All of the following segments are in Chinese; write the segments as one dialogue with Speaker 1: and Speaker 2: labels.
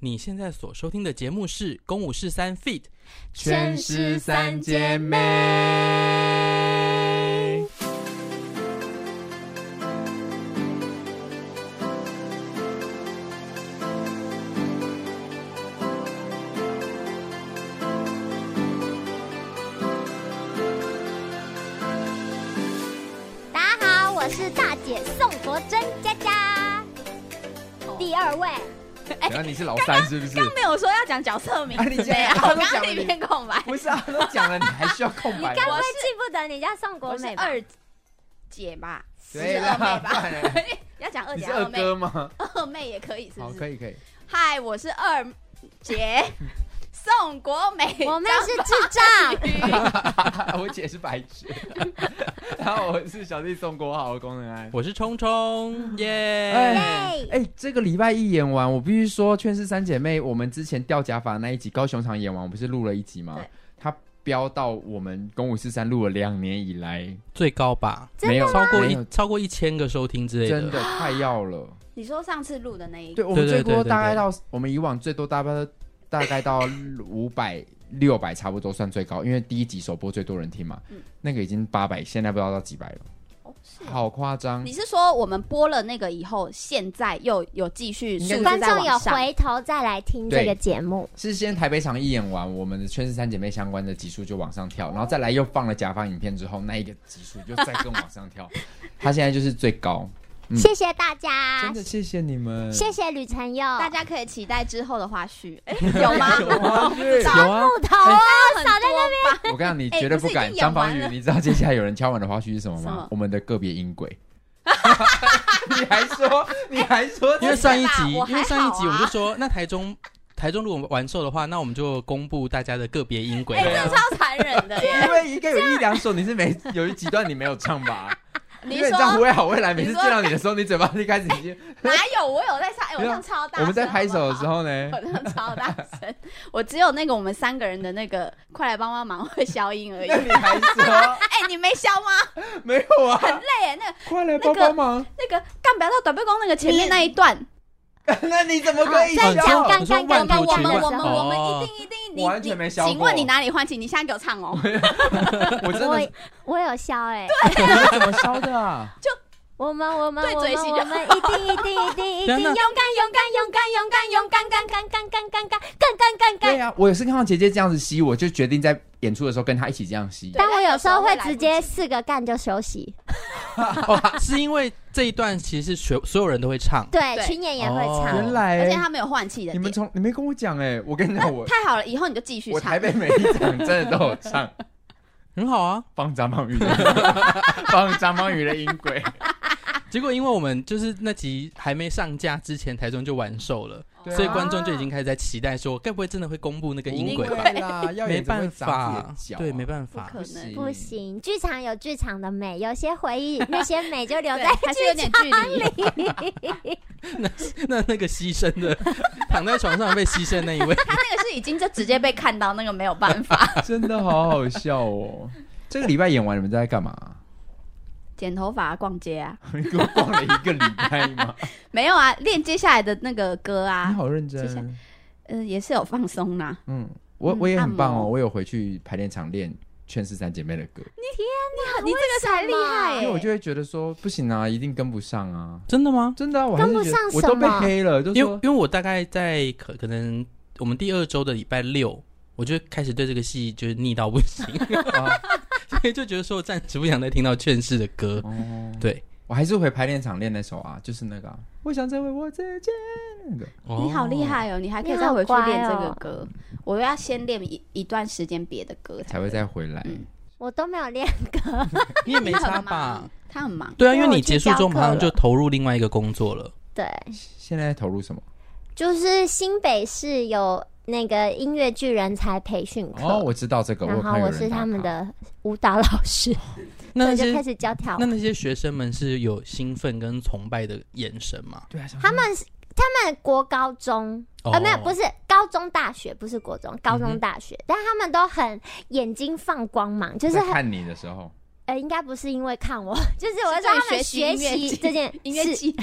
Speaker 1: 你现在所收听的节目是《公五十三 Fit》，
Speaker 2: 全是三姐妹。
Speaker 3: 大家好，我是大姐宋国珍佳佳，哎第二位。
Speaker 2: 等下你是老三是不是？
Speaker 4: 没有说要讲角色名
Speaker 2: 啊你
Speaker 4: 字
Speaker 2: 竟
Speaker 4: 对
Speaker 2: 然
Speaker 4: 啊，
Speaker 2: 他
Speaker 4: 我
Speaker 2: 都
Speaker 4: 刚
Speaker 2: 讲
Speaker 4: 刚
Speaker 2: 了
Speaker 4: 一片空白。
Speaker 2: 不是啊，都讲了，你还需要空白
Speaker 3: 你该不
Speaker 2: 吗
Speaker 3: 会？
Speaker 4: 我是
Speaker 3: 记不得你叫宋国
Speaker 4: 我是
Speaker 3: 美吧？
Speaker 4: 二姐吧，
Speaker 2: 对
Speaker 4: 是
Speaker 2: 啦
Speaker 4: 二妹
Speaker 2: 不然
Speaker 4: 吧
Speaker 2: 嘞？
Speaker 4: 要讲二
Speaker 2: 你
Speaker 4: 姐
Speaker 2: 是
Speaker 4: 还
Speaker 2: 二
Speaker 4: 是二妹，
Speaker 2: 哥吗？
Speaker 4: 二妹也可以是
Speaker 2: 好，
Speaker 4: 不
Speaker 2: 可
Speaker 4: 是？
Speaker 2: 以可以。
Speaker 4: 嗨，我是二姐宋国 美，
Speaker 3: 我妹是智障，
Speaker 2: 啊我姐是白痴。 然后我是小弟宋国豪，功能安。
Speaker 1: 我是冲
Speaker 4: 嗯
Speaker 1: 冲，耶、
Speaker 2: 哎
Speaker 3: 耶
Speaker 2: 哎，这个礼拜一演完，我必须说，《劝世三姐妹》我们之前掉假发那一集，高雄场演完，我不是录了一集吗
Speaker 4: 对？
Speaker 2: 它飙到我们公五四三录了两年以来，
Speaker 1: 最高吧，
Speaker 3: 真
Speaker 2: 没有
Speaker 1: 超过
Speaker 2: 没
Speaker 1: 一
Speaker 2: 有
Speaker 1: 超过一千个收听之类的，
Speaker 2: 真的快要了。
Speaker 4: 你说上次录的那一
Speaker 2: 对，我们
Speaker 1: 对对
Speaker 2: 最
Speaker 1: 对
Speaker 2: 多
Speaker 1: 对
Speaker 2: 大概到我们以往最多大概大概到五百六百差不多算最高，因为第一集首播最多人听嘛，
Speaker 4: 嗯
Speaker 2: 那个已经八百，现在不知道到几百了，
Speaker 4: 哦是哦
Speaker 2: 好夸张
Speaker 4: 你。是说我们播了那个以后，现在又有继续数字
Speaker 3: 观
Speaker 4: 在
Speaker 3: 众有
Speaker 4: 往上？
Speaker 3: 回头再来听这个节目，
Speaker 2: 是先台北场一演完，我们的《圈是三姐妹》相关的集数就往上
Speaker 4: 哦
Speaker 2: 跳，然后再来又放了甲方影片之后，那一个集数就再更往上 跳，他现在就是最高，嗯
Speaker 3: 谢谢大
Speaker 2: 真
Speaker 4: 啊
Speaker 3: 家，
Speaker 2: 的谢谢你们，
Speaker 3: 谢谢吕晨佑，
Speaker 4: 大家可以期待之后的花絮，哎， 有吗？
Speaker 1: 有啊，
Speaker 3: 木头啊，
Speaker 4: 少在那
Speaker 2: 我跟你讲，
Speaker 4: 哎
Speaker 2: 你绝对
Speaker 4: 不是已
Speaker 2: 敢。
Speaker 4: 经
Speaker 2: 张
Speaker 4: 演
Speaker 2: 方
Speaker 4: 完
Speaker 2: 宇
Speaker 4: 了，
Speaker 2: 你知道接下来有人敲碗的花絮是什么
Speaker 4: 什
Speaker 2: 吗
Speaker 4: 么？
Speaker 2: 我们的个别音 轨。你还说，你还说
Speaker 1: 因为上一集，
Speaker 4: 我还好啊
Speaker 1: 因为上一集我们就说，那台中台中如果完售的话，那我们就公布大家的个别音轨。啊
Speaker 4: 边，真的超残忍的耶！
Speaker 2: 因为一个有一两首你是没有一几段你没有唱吧？
Speaker 4: 你
Speaker 2: 因为
Speaker 4: 说
Speaker 2: 你知道未好未来，每次
Speaker 4: 你
Speaker 2: 见
Speaker 4: 说
Speaker 2: 到你的时候，你嘴巴就开始已 经。
Speaker 4: 哪有？我有在唱，哎，我
Speaker 2: 没有
Speaker 4: 唱超大声。
Speaker 2: 我们在拍手的
Speaker 4: 好
Speaker 2: 时候呢
Speaker 4: 不，好， 我唱超大声，我只有那个我们三个人的那个“快来帮帮忙”会消音而 已。
Speaker 2: 那你还说
Speaker 4: 哎，你没消吗？
Speaker 2: 没有 啊？
Speaker 4: 累耶，那个
Speaker 2: 快来帮帮忙！
Speaker 4: 那个干不要到短背公那个前面那一段，
Speaker 2: 那你怎么可以
Speaker 3: 在讲
Speaker 2: 笑？
Speaker 3: 干
Speaker 1: 哦你说
Speaker 3: 干干
Speaker 1: 万
Speaker 3: 干
Speaker 1: 头
Speaker 4: 我
Speaker 1: 群
Speaker 3: 干
Speaker 4: 们
Speaker 1: 万
Speaker 4: 我们
Speaker 1: 哦
Speaker 4: 我们一定一定，你
Speaker 2: 我完全没消
Speaker 4: 你请
Speaker 2: 过
Speaker 4: 问你哪里换气？你现在给我唱哦，
Speaker 2: 我真的
Speaker 3: 我我有笑哎，
Speaker 2: 你怎么笑的 啊？
Speaker 3: 我们我们
Speaker 4: 对
Speaker 3: 我们
Speaker 4: 嘴型就
Speaker 3: 我们一定一定一定一定
Speaker 1: 对啊那
Speaker 3: 勇敢勇敢勇敢勇敢勇敢干干干干干干干干干
Speaker 2: 对
Speaker 3: 干，
Speaker 2: 呀，我也是看到姐姐这样子吸，我就决定在演出的时候跟她一起这样吸。
Speaker 3: 但我有时候会
Speaker 4: 对
Speaker 3: 直接四个干就休息，
Speaker 1: 哦，是因为这一段其实是所所有人都会唱，
Speaker 3: 对，
Speaker 4: 对
Speaker 3: 群演也会
Speaker 1: 哦
Speaker 3: 唱。
Speaker 2: 原
Speaker 4: 而
Speaker 2: 来
Speaker 4: 且他没有换气
Speaker 2: 哎
Speaker 4: 的
Speaker 2: 你们
Speaker 4: 点。
Speaker 2: 从你没跟我讲哎，我跟你 讲我
Speaker 4: 太好了，以后你就继续
Speaker 2: 我
Speaker 4: 唱
Speaker 2: 台。北每一场真的都有唱。
Speaker 1: 很好啊。
Speaker 2: 放张曼玉 的，放张曼玉的音轨，
Speaker 1: 结果因为我们就是那集还没上架之前，台中就完售了，
Speaker 2: 对啊
Speaker 1: 所以观众就已经开始在期待说，该不会真的会公布那个音轨
Speaker 2: 不
Speaker 1: 吧？
Speaker 2: 会啦，要
Speaker 1: 没
Speaker 2: 演怎么
Speaker 1: 办
Speaker 2: 会长自己
Speaker 1: 法
Speaker 2: 的脚啊，
Speaker 1: 对，没办法
Speaker 4: 不。可能，
Speaker 3: 不行，剧场有剧场的美，有些回忆那些美就留
Speaker 4: 对
Speaker 3: 在
Speaker 4: 还是有点距离。
Speaker 1: 那那个牺牲的，躺在床上被牺牲那一位，
Speaker 4: 他那个是已经就直接被看到，那个没有办 法。
Speaker 2: 真的好好笑哦。这个礼拜演完，你们在干嘛？
Speaker 4: 剪头发、逛街啊，
Speaker 2: 你给我逛了一个礼拜 吗？
Speaker 4: 没有啊，练接下来的那个歌
Speaker 2: 你
Speaker 4: 啊，
Speaker 2: 好认
Speaker 4: 谢谢
Speaker 2: 真。
Speaker 4: 嗯，也是有放松啦。
Speaker 2: 嗯，我
Speaker 4: 嗯
Speaker 2: 我也很棒
Speaker 4: 按
Speaker 2: 哦，
Speaker 4: 摩
Speaker 2: 我有回去排练场练《劝世三姐妹》的歌，啊
Speaker 4: 你这个才厉害、
Speaker 2: 因为我就会觉得说不行啊，一定跟不上啊。
Speaker 1: 真的吗？
Speaker 2: 真的啊，我还是
Speaker 3: 跟
Speaker 2: 觉得
Speaker 3: 不上
Speaker 2: 我都被
Speaker 3: 什么
Speaker 2: 黑了，就
Speaker 1: 因为
Speaker 2: 说
Speaker 1: 因为我大概在可可能我们第二周的礼拜六，我就开始对这个戏就是腻到不行，哦
Speaker 2: 啊
Speaker 1: 所以就觉得说我暂时不想再听到劝世的歌。
Speaker 2: 哦，
Speaker 1: 对，
Speaker 2: 我还是回排练场练那首啊，就是那个啊我想成为我自己那个。
Speaker 4: 你好哦厉害哦，你还可以再回去练这个歌。我要先练一一段时间别的歌
Speaker 2: 才会再回来。
Speaker 4: 嗯
Speaker 3: 我都没有练 歌，
Speaker 1: 你也没
Speaker 4: 你
Speaker 1: 差
Speaker 4: 很
Speaker 1: 吧
Speaker 4: 忙？，他很忙。
Speaker 1: 对啊，因
Speaker 3: 因为
Speaker 1: 为
Speaker 3: 我
Speaker 1: 你
Speaker 3: 去
Speaker 1: 结束之后
Speaker 3: 教课
Speaker 1: 马上就
Speaker 3: 了
Speaker 1: 投入另外一个工作了。
Speaker 3: 对，
Speaker 2: 现在在投入什么？
Speaker 3: 就是新北市有那个音乐剧人才培训课，
Speaker 2: 哦，我知道这个，有
Speaker 3: 然后
Speaker 2: 看有
Speaker 3: 我
Speaker 2: 人
Speaker 3: 是
Speaker 2: 打
Speaker 3: 他们
Speaker 2: 卡。
Speaker 3: 的舞蹈 老师，
Speaker 1: 那那
Speaker 3: 所以就开
Speaker 1: 些
Speaker 3: 始教跳舞
Speaker 1: 那。那些学生们是有兴奋跟崇拜的眼神吗？
Speaker 2: 对啊，想
Speaker 3: 他们是他们国高中
Speaker 1: 哦
Speaker 3: 啊，没有，不是高中大学，不是国中，高中大学，但他们都很眼睛放光芒，就是
Speaker 2: 嗯在
Speaker 3: 很
Speaker 2: 看你的时候，
Speaker 3: 呃，应该不是因为看我， 就是我说
Speaker 4: 是
Speaker 3: 他
Speaker 4: 对
Speaker 3: 们
Speaker 4: 学习
Speaker 3: 学
Speaker 4: 音乐哦
Speaker 3: 习
Speaker 4: 剧
Speaker 3: 这件
Speaker 4: 音乐
Speaker 3: 事
Speaker 4: 剧，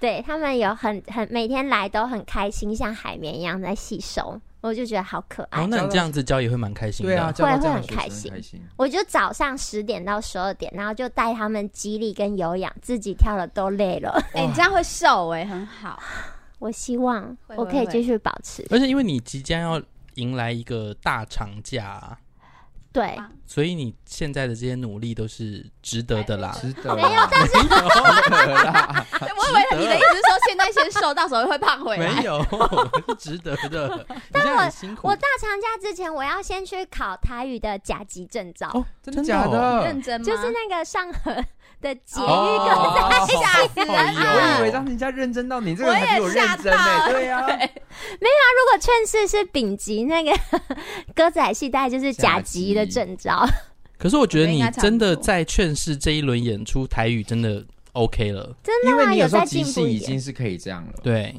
Speaker 3: 对他们有很很每天来都很开心，像海绵一样在吸收，我就觉得好可爱。
Speaker 4: 啊
Speaker 1: 哦，那你这样子教也会蛮开心
Speaker 2: 对
Speaker 1: 的
Speaker 2: 啊，
Speaker 1: 啊。
Speaker 2: 教到
Speaker 3: 会
Speaker 2: 这样的
Speaker 3: 会很开
Speaker 2: 学生
Speaker 3: 心
Speaker 2: 开心。
Speaker 3: 我就早上十点到十二点，然后就带他们激励跟有氧，自己跳了都累了。
Speaker 4: 哎、你这样会瘦哎、很 好。
Speaker 3: 我希望
Speaker 4: 会
Speaker 3: 我可以
Speaker 4: 会
Speaker 3: 继续保持。
Speaker 1: 而且因为你即将要迎来一个大长假啊，
Speaker 3: 对，
Speaker 4: 棒
Speaker 1: 所以你现在的这些努力都是值得的啦。
Speaker 2: 值得啦，啊
Speaker 3: 没有
Speaker 2: 但是
Speaker 4: 哎 我以为你的意思是说现在先瘦，到时候会胖回
Speaker 1: 没
Speaker 4: 来。
Speaker 1: 有，是值得 的。你这样很辛苦
Speaker 3: 我大长假之前，我要先去考台语的甲级证照，
Speaker 1: 哦，
Speaker 2: 真的假
Speaker 1: 哦？
Speaker 2: 的
Speaker 4: 认？真吗？
Speaker 3: 就是那个上河的捷运
Speaker 4: 哦
Speaker 3: 跟
Speaker 2: 嗯哦
Speaker 4: 吓死人啊
Speaker 2: 我以为
Speaker 1: 啊
Speaker 4: 了！
Speaker 2: 让人家认真到你这个
Speaker 4: 我
Speaker 2: 还比
Speaker 4: 也
Speaker 2: 我认
Speaker 4: 吓
Speaker 2: 真呢
Speaker 4: 到，
Speaker 2: 对啊，
Speaker 3: 如果劝世是丙级那个 歌仔戏，大概就是甲级的证照。
Speaker 1: 可是我觉得
Speaker 4: 我
Speaker 1: 你
Speaker 4: 觉得应该差不多
Speaker 1: 真的在劝世这一轮演出台语真的 OK 了，
Speaker 3: 真的
Speaker 2: 因为
Speaker 3: 吗？
Speaker 2: 你有时候
Speaker 3: 在
Speaker 2: 即
Speaker 3: 进步
Speaker 2: 兴
Speaker 3: 一
Speaker 2: 已
Speaker 3: 点
Speaker 2: 经是可以这样了。
Speaker 1: 对，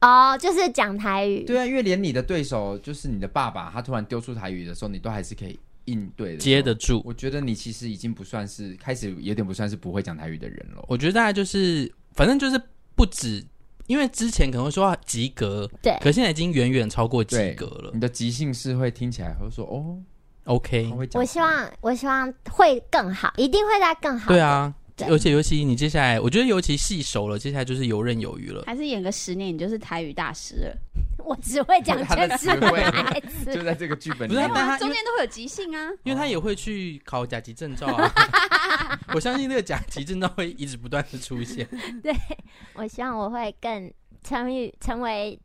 Speaker 3: 哦，就是讲台语。
Speaker 2: 对啊，因为连你的对手就是你的爸爸，他突然丢出台语的时候，你都还是可以应对的。
Speaker 1: 接得，住。
Speaker 2: 我觉得你其实已经不算是开始有点不算是不会讲台语的人了。
Speaker 1: 我觉得大概就是，反正就是不止，因为之前可能会说到啊及格，
Speaker 3: 对
Speaker 1: 可现在已经远远超过及
Speaker 2: 对
Speaker 1: 格了
Speaker 2: 你。的即兴是会听起来会说哦，
Speaker 1: OK，
Speaker 2: 他会讲。
Speaker 3: 我希望，我希望会更好，一定会再更好。
Speaker 1: 对，啊，
Speaker 3: 对
Speaker 1: 而且尤其你接下来，我觉得尤其戏熟了，接下来就是游刃有余了。
Speaker 3: 哎
Speaker 4: 还是演个十年，你就是台语大师了。
Speaker 3: 我只会 讲
Speaker 2: 他的
Speaker 3: 劝世
Speaker 2: 词汇
Speaker 3: 的孩子。
Speaker 2: 就在这个剧本
Speaker 1: 不
Speaker 2: 里
Speaker 1: 是
Speaker 2: 面
Speaker 1: 但。他
Speaker 4: 啊中间都会有即兴啊。
Speaker 1: 因为
Speaker 3: 哦
Speaker 1: 他也会去考甲级证照啊， 我相信这个甲级证照会一直不断的出现。
Speaker 3: 我希望我会更成语成为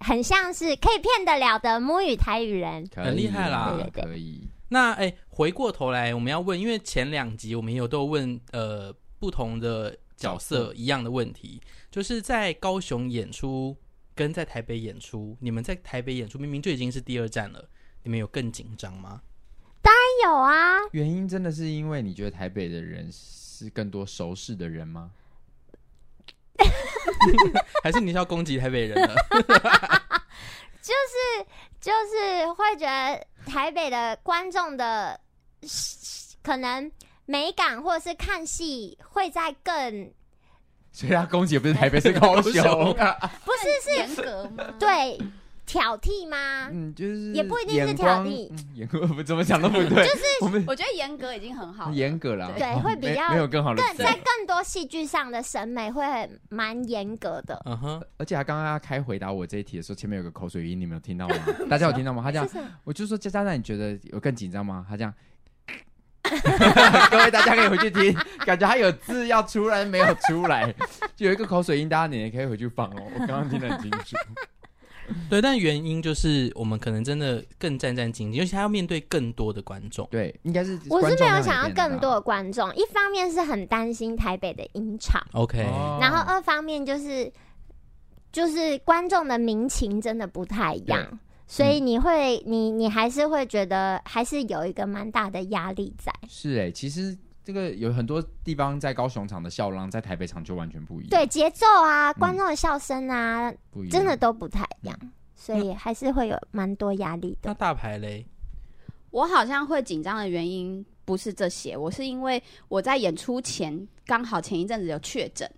Speaker 3: 很像是可以骗得了的母语台语人。
Speaker 2: 可以
Speaker 1: 很厉害啦
Speaker 3: 对对对
Speaker 2: 可以。
Speaker 1: 那哎、回过头来我们要问，因为前两集我们也有都有问呃不同的角色一样的问题，就是在高雄演出跟在台北演出，你们在台北演出明明就已经是第二站了，你们有更紧张吗？
Speaker 3: 有啊，
Speaker 2: 原因真的是因为你觉得台北的人是更多熟识的人吗？
Speaker 1: 还是你是要攻击台北人了？
Speaker 3: 就是会觉得台北的观众的可能美感或者是看戏会在更
Speaker 2: 所以他攻击也不是台北，是高
Speaker 1: 高
Speaker 2: 雄啊
Speaker 1: 雄。啊
Speaker 3: 啊
Speaker 4: 不是是严格 吗？，
Speaker 3: 对挑剔吗？
Speaker 2: 哎嗯，就是
Speaker 3: 也不一定是
Speaker 2: 眼
Speaker 3: 挑
Speaker 2: 光
Speaker 3: 剔
Speaker 2: 嗯眼光不怎么讲都不对，就是 我们
Speaker 4: 我觉得严格已经很好了。
Speaker 2: 严格啦，
Speaker 4: 对
Speaker 2: 哦
Speaker 3: 会比
Speaker 2: 没
Speaker 3: 较
Speaker 2: 没有更好的
Speaker 3: 更
Speaker 2: 词
Speaker 3: 在更多戏剧上的审美会蛮严格的。
Speaker 1: 嗯哼，
Speaker 2: 而且他刚刚他开回答我这一题的时候，前面有个口水音，你们有听到 吗？大家有听到吗？他这样，我就说佳佳，那你觉得有更紧张吗？他 这样，各位大家可以回去听，感觉他有字要出来没有出来，就有一个口水音，大家你也可以回去放哦。我刚刚听得很清楚，
Speaker 1: 对，但原因就是我们可能真的更战战兢兢，尤其他要面对更多的观众。
Speaker 2: 对，应该是
Speaker 3: 我是
Speaker 2: 观
Speaker 3: 没
Speaker 2: 众
Speaker 3: 有
Speaker 2: 量
Speaker 3: 想
Speaker 2: 也
Speaker 3: 要
Speaker 2: 变
Speaker 3: 更
Speaker 2: 大
Speaker 3: 多的观众，一方面是很担心台北的音场，
Speaker 1: OK，、
Speaker 2: 哦
Speaker 3: 然后二方面就是就是观众的民情真的不太一样，所
Speaker 2: 嗯
Speaker 3: 以你会、你你还是会觉得还是有一个蛮大的压力在。
Speaker 2: 是哎、其实这个有很多地方在高雄场的笑浪，在台北场就完全不一样，
Speaker 3: 对，节奏啊，
Speaker 2: 嗯
Speaker 3: 观众的笑声啊，
Speaker 2: 不一样，
Speaker 3: 真的都不太一样，
Speaker 2: 嗯
Speaker 3: 所以还是会有蛮多压力的。
Speaker 1: 那大牌嘞，
Speaker 4: 我好像会紧张的原因不是这些，我是因为我在演出前刚好前一阵子有确诊，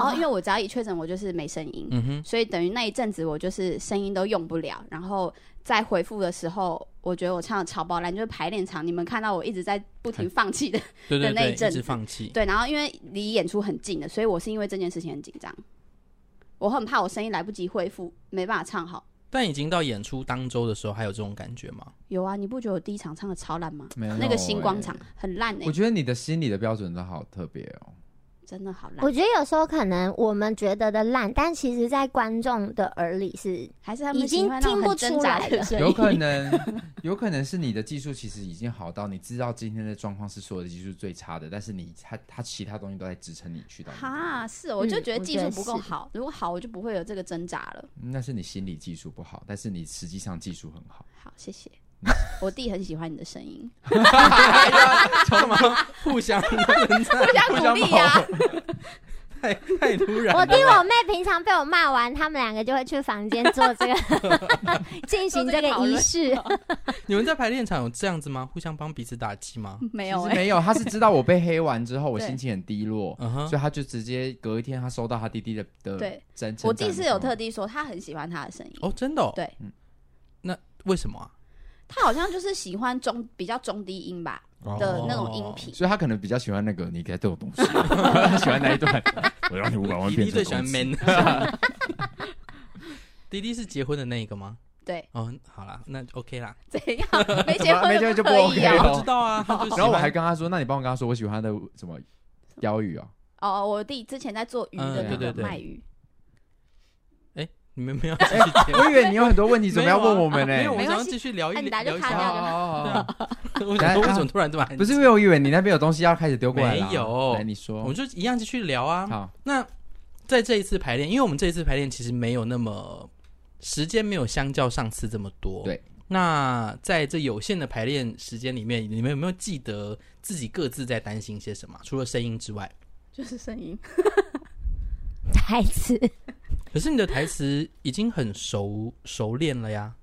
Speaker 2: 嗯
Speaker 4: 后因
Speaker 2: 哦
Speaker 4: 为我只要一确诊，我就是没声音，
Speaker 1: 嗯哼，
Speaker 4: 所以等于那一阵子我就是声音都用不了，然后在回复的时候，我觉得我唱的超爆烂，就是排练场你们看到我一直在不停放弃的，
Speaker 1: 对对
Speaker 4: 的那
Speaker 1: 对，
Speaker 4: 一阵
Speaker 1: 一直
Speaker 4: 子
Speaker 1: 放弃。
Speaker 4: 对，然后因为离演出很近的，所以我是因为这件事情很紧张，我很怕我声音来不及恢复，没办法唱好。
Speaker 1: 但已经到演出当周的时候，还有这种感觉吗？
Speaker 4: 有啊，你不觉得我第一场唱的超烂吗？
Speaker 2: 没有
Speaker 4: 那个星光
Speaker 2: 欸
Speaker 4: 场很烂哎、
Speaker 2: 我觉得你的心理的标准都好特别哦。
Speaker 4: 真的好烂
Speaker 3: 我，觉得有时候可能我们觉得的烂，但其实，在观众的耳里是
Speaker 4: 还是他们
Speaker 3: 已经
Speaker 4: 喜欢那种
Speaker 3: 听不
Speaker 4: 很挣
Speaker 3: 出
Speaker 4: 扎
Speaker 3: 来
Speaker 4: 的
Speaker 3: 了
Speaker 4: 声音
Speaker 2: 有可能，有可能是你的技术其实已经好到你知道今天的状况是所有的技术最差的，但是你他他其他东西都在支撑你去到那个地方，
Speaker 4: 哈，是哦，我就
Speaker 3: 嗯
Speaker 4: 觉
Speaker 3: 我
Speaker 4: 得技
Speaker 3: 觉
Speaker 4: 术
Speaker 3: 得
Speaker 4: 不够
Speaker 3: 是
Speaker 4: 好，如果好，我就不会有这个挣扎了。
Speaker 2: 那是你心理技术不好，但是你实际上技术很 好。
Speaker 4: 好，谢谢。我弟很喜欢你的声音，
Speaker 1: 干嘛互相
Speaker 4: 啊 互相鼓励呀、
Speaker 1: 太 太突然了吧。
Speaker 3: 我弟我妹平常被我骂完，他们两个就会去房间做这个 进行这个仪式。
Speaker 1: 你们在排练场有这样子吗？互相帮彼此打气吗？
Speaker 4: 没有
Speaker 2: 其
Speaker 4: 哎、
Speaker 2: 实没有，他是知道我被黑完之后，我
Speaker 4: 对
Speaker 2: 心情很低落，
Speaker 1: 嗯哼，
Speaker 2: 所以他就直接隔一天，他收到他弟弟的的
Speaker 4: 对
Speaker 2: 真称赞的时候。
Speaker 4: 我弟是有特地说他很喜欢他的声音，
Speaker 1: 哦，真的、哦。
Speaker 4: 对
Speaker 2: 嗯，
Speaker 1: 那为什么啊？
Speaker 4: 他好像就是喜欢中比较中低音吧
Speaker 2: 哦
Speaker 4: 的那种音频。
Speaker 2: 所以他可能比较喜欢那个你给他这种东西，他喜欢那一段，我让你五百万
Speaker 1: 弟
Speaker 2: 哦变
Speaker 1: 弟最
Speaker 2: 成公
Speaker 1: 喜欢
Speaker 2: 司
Speaker 1: man。弟弟是结婚的那一个吗？
Speaker 4: 对，
Speaker 1: 哦，好啦，那 OK 啦。
Speaker 4: 怎样？没结婚
Speaker 2: 没结
Speaker 4: 的
Speaker 2: 婚就不
Speaker 4: 可以
Speaker 2: OK
Speaker 4: 哦
Speaker 2: 了。
Speaker 1: 我知道啊，他就喜欢
Speaker 2: 然后我还跟他说，那你帮我跟他说，我喜欢他的什么鲷鱼哦，
Speaker 4: 哦，我弟之前在做鱼的
Speaker 2: 嗯
Speaker 4: 那
Speaker 2: 对
Speaker 1: 对
Speaker 4: 个
Speaker 1: 对
Speaker 4: 卖鱼，
Speaker 1: 你们没有继续结
Speaker 2: 我以为 你有很多问题，准备要问我们
Speaker 1: 没有，我
Speaker 2: 呢？
Speaker 4: 没
Speaker 1: 想
Speaker 4: 关
Speaker 1: 要
Speaker 4: 系
Speaker 1: 继续聊一
Speaker 4: 哎你打就
Speaker 1: 聊一
Speaker 4: 卡
Speaker 1: 下
Speaker 4: 掉。
Speaker 1: 对
Speaker 2: 哦，
Speaker 1: 啊，我想说为什么突然这么安静
Speaker 2: 不是因为我以为你那边有东西要开始丢过来啦
Speaker 1: 没有
Speaker 2: 来你
Speaker 1: 我
Speaker 2: 说
Speaker 1: 们，就一样继续聊啊。
Speaker 2: 好，
Speaker 1: 那在这一次排练，因为我们这一次排练其实没有那么时间，没有相较上次这么多。
Speaker 2: 对。
Speaker 1: 那在这有限的排练时间里面，你们有没有记得自己各自在担心些什么？除了声音之外，
Speaker 4: 就是声
Speaker 2: 嗯
Speaker 4: 音。
Speaker 3: 台词
Speaker 1: 可是你的台词已经很熟熟练了呀。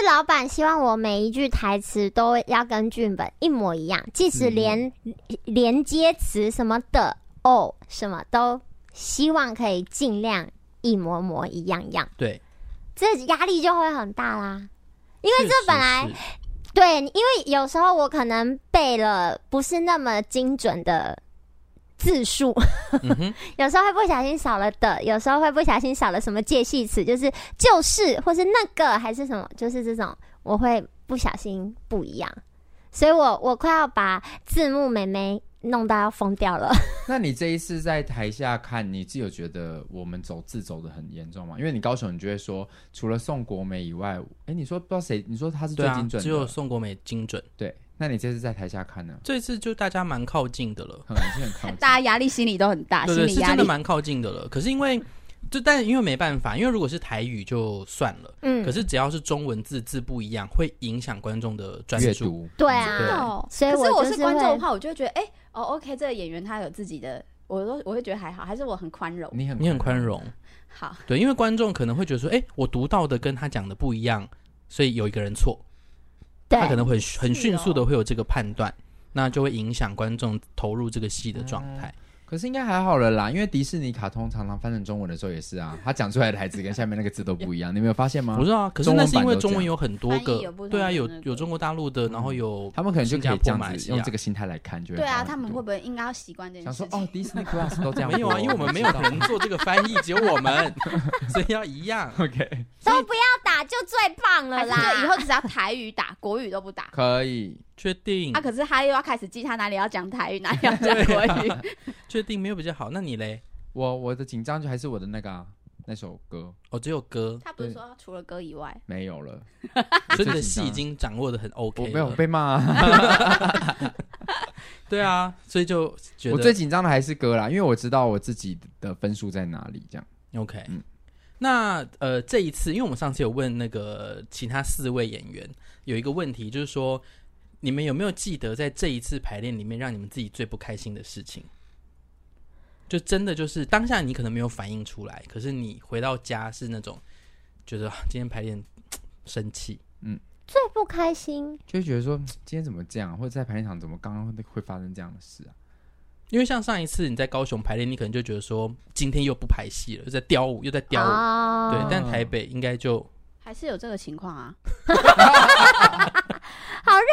Speaker 3: 是老板希望我每一句台词都要跟剧本一模一样，即使连、嗯连接词什么的哦什么都希望可以尽量一模模一样样，
Speaker 1: 对，
Speaker 3: 这压力就会很大啦。
Speaker 1: 因
Speaker 3: 因为这本来对，因为有时候我可能背了不是那么精准的字数，
Speaker 1: 嗯哼，
Speaker 3: 有时候会不小心少了的，有时候会不小心少了什么介系词，就是就是或是那个还是什么，就是这种，我会不小心不一样，所以我我快要把字幕妹妹弄到要疯 掉了。
Speaker 2: 那你这一次在台下看，你自己有觉得我们走字走的很严重吗？因为你高手，你就会说，除了宋国美以外，哎，你说不知道谁，你说他是
Speaker 1: 对
Speaker 2: 最
Speaker 1: 啊
Speaker 2: 精，准
Speaker 1: 只有
Speaker 2: 的，
Speaker 1: 宋国美精准。
Speaker 2: 对。那你这次在台下看呢？
Speaker 1: 这次就大家蛮靠近的了，
Speaker 2: 很是很靠近
Speaker 4: 大家压力心理都很
Speaker 3: 啊
Speaker 4: 大，
Speaker 1: 对
Speaker 4: 心
Speaker 1: 对，
Speaker 4: 理
Speaker 1: 是
Speaker 4: 压
Speaker 1: 真
Speaker 4: 力
Speaker 1: 的。蛮靠近的了。可是因为就但因为没办法，因为如果是台语就算了，
Speaker 3: 嗯，
Speaker 1: 可是只要是中文字字不一样，会影响观众的专
Speaker 2: 阅
Speaker 1: 注。
Speaker 2: 读，
Speaker 3: 对
Speaker 1: 对
Speaker 3: 啊，
Speaker 4: 哦
Speaker 3: 所以
Speaker 4: 可是
Speaker 3: 我
Speaker 4: 我
Speaker 3: 就是
Speaker 4: 是观众
Speaker 3: 会
Speaker 4: 的话，我就会觉得，哎、哦，OK，这个演员他有自己的，我都我会觉得还好，还是我很宽容。
Speaker 2: 你很
Speaker 1: 你很宽，容，
Speaker 4: 好，
Speaker 1: 对，因为观众可能会觉得说，哎，我读到的跟他讲的不一样，所以有一个人错，
Speaker 3: 对
Speaker 1: 他可能很很迅速的
Speaker 4: 哦
Speaker 1: 会有这个判断，那就会影响观众投入这个戏的状态。
Speaker 2: 可是应该还好了啦，因为迪士尼卡通常常翻成中文的时候也是啊，他讲出来的台词跟下面那个字都不一样，你没有发现吗
Speaker 1: 我？知道啊，可是
Speaker 2: 中
Speaker 1: 那
Speaker 2: 文
Speaker 1: 是因
Speaker 2: 版
Speaker 1: 为
Speaker 2: 都
Speaker 1: 中
Speaker 2: 这
Speaker 1: 文
Speaker 2: 样
Speaker 1: 有很多
Speaker 4: 翻译
Speaker 1: 个
Speaker 4: 有不，同
Speaker 1: 对啊，
Speaker 4: 的
Speaker 1: 有
Speaker 4: 那
Speaker 1: 有
Speaker 4: 个
Speaker 1: 中国大陆的，然后有
Speaker 2: 他们可能就
Speaker 1: 新
Speaker 2: 可
Speaker 1: 加
Speaker 2: 以这
Speaker 1: 坡、
Speaker 2: 样
Speaker 1: 马来
Speaker 2: 子
Speaker 1: 西亚
Speaker 2: 用这，个心态来看，就会
Speaker 4: 对啊，
Speaker 2: 好很
Speaker 4: 他们
Speaker 2: 多
Speaker 4: 会不会应该要习惯这件
Speaker 2: 想
Speaker 4: 事
Speaker 2: 说
Speaker 4: 情？
Speaker 2: 哦，迪士尼 Plus 都这样播，
Speaker 1: 没有啊，因为我们没有人做这个翻译，只有我们， 所以要一样。
Speaker 2: OK，
Speaker 3: 都不要打就最棒了
Speaker 4: 还是
Speaker 3: 啦。
Speaker 4: 就以后只要台语打，国语都不打。
Speaker 2: 可以，
Speaker 1: 确定
Speaker 4: 啊，可是他又要开始记他哪里要讲台语，哪里要讲国语。
Speaker 1: 啊确定没有比较好，那你嘞？
Speaker 2: 我我的紧张就还是我的那个、啊、那首歌
Speaker 1: 哦，只有歌，
Speaker 4: 他不是说除了歌以外，
Speaker 2: 没 有了，
Speaker 1: 所以你的
Speaker 2: 最紧
Speaker 1: 戏
Speaker 2: 张
Speaker 1: 已经掌握的很 OK
Speaker 2: 我
Speaker 1: 了
Speaker 2: 没有被骂、啊，
Speaker 1: 对啊，所以就觉得
Speaker 2: 我最紧张的还是歌啦，因为我知道我自己的分数在哪里，这样
Speaker 1: OK
Speaker 2: 嗯。
Speaker 1: 那呃，这一次，因为我们上次有问那个其他四位演员有一个问题，就是说你们有没有记得在这一次排练里面让你们自己最不开心的事情？就真的就是当下你可能没有反应出来，可是你回到家是那种觉得啊今天排练生气，
Speaker 3: 最不开心，
Speaker 2: 就会觉得说嗯今天怎么这样，或者在排练场怎么刚刚会发生这样的事啊？
Speaker 1: 因为像上一次你在高雄排练，你可能就觉得说今天又不排戏了，又在雕舞，又在雕舞，
Speaker 3: 哦
Speaker 1: 对。但台北应该就
Speaker 4: 还是有这个情况啊。
Speaker 3: 好认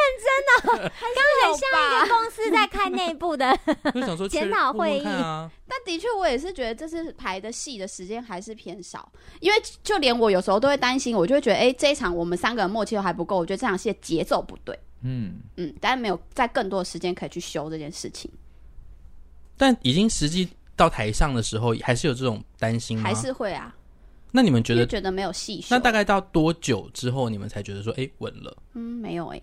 Speaker 4: 刚很像一
Speaker 3: 真，公司在开内部 的，
Speaker 1: 就想说确
Speaker 3: 检讨
Speaker 1: 问问
Speaker 3: 会议
Speaker 1: 看啊，
Speaker 4: 但的确，我也是觉得这次排的戏的时间还是偏少，因为就连我有时候都会担心，我就会觉得，哎、这一场我们三个人默契都还不够，我觉得这场戏的节奏不对，
Speaker 2: 嗯，
Speaker 4: 嗯，但没有在更多的时间可以去修这件事情，
Speaker 1: 但已经实际到台上的时候，还是有这种担心吗？
Speaker 4: 还是会啊，
Speaker 1: 那你们嗯觉
Speaker 4: 因为
Speaker 1: 得，
Speaker 4: 觉得没有戏修
Speaker 1: 那，大概到多久之后，你们才觉得说，哎，稳了？
Speaker 4: 嗯，没有哎、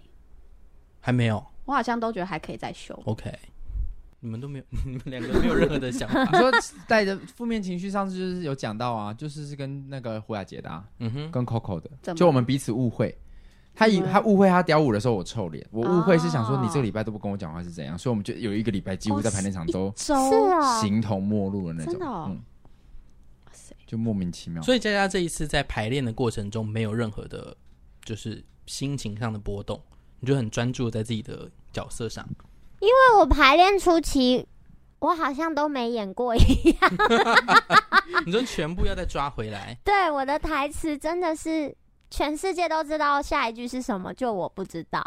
Speaker 1: 还没有
Speaker 4: 我好像都觉得还可以再修，
Speaker 1: ？OK，你 们都没有， 你们两个没有任何的想法。
Speaker 2: 你说带着负面情绪，上次就是有讲到啊，就是是跟那个胡雅杰的、啊，
Speaker 1: 嗯哼，
Speaker 2: 跟 Coco
Speaker 4: 怎
Speaker 2: 的，
Speaker 4: 么
Speaker 2: 就我们彼此误会，他以他误会他屌舞的时候我臭脸，我误会是想说你
Speaker 4: 哦
Speaker 2: 这个礼拜都不跟我讲话是怎样，所以我们就有一个礼拜几乎在排练场都
Speaker 1: 啊
Speaker 4: 周
Speaker 3: 是哦，
Speaker 2: 形同陌路的那种，
Speaker 4: 真的哦
Speaker 2: 嗯
Speaker 4: 哇塞，
Speaker 2: 就莫名其妙。
Speaker 1: 所以佳佳这一次在排练的过程中，没有任何的，就是心情上的波动，你就很专注在自己的角色上。
Speaker 3: 因为我排练初期，我好像都没演过一，
Speaker 1: 你说全部要再抓回来
Speaker 3: 对，我的台词真的是全世界都知道下一句是什么，就我不知道。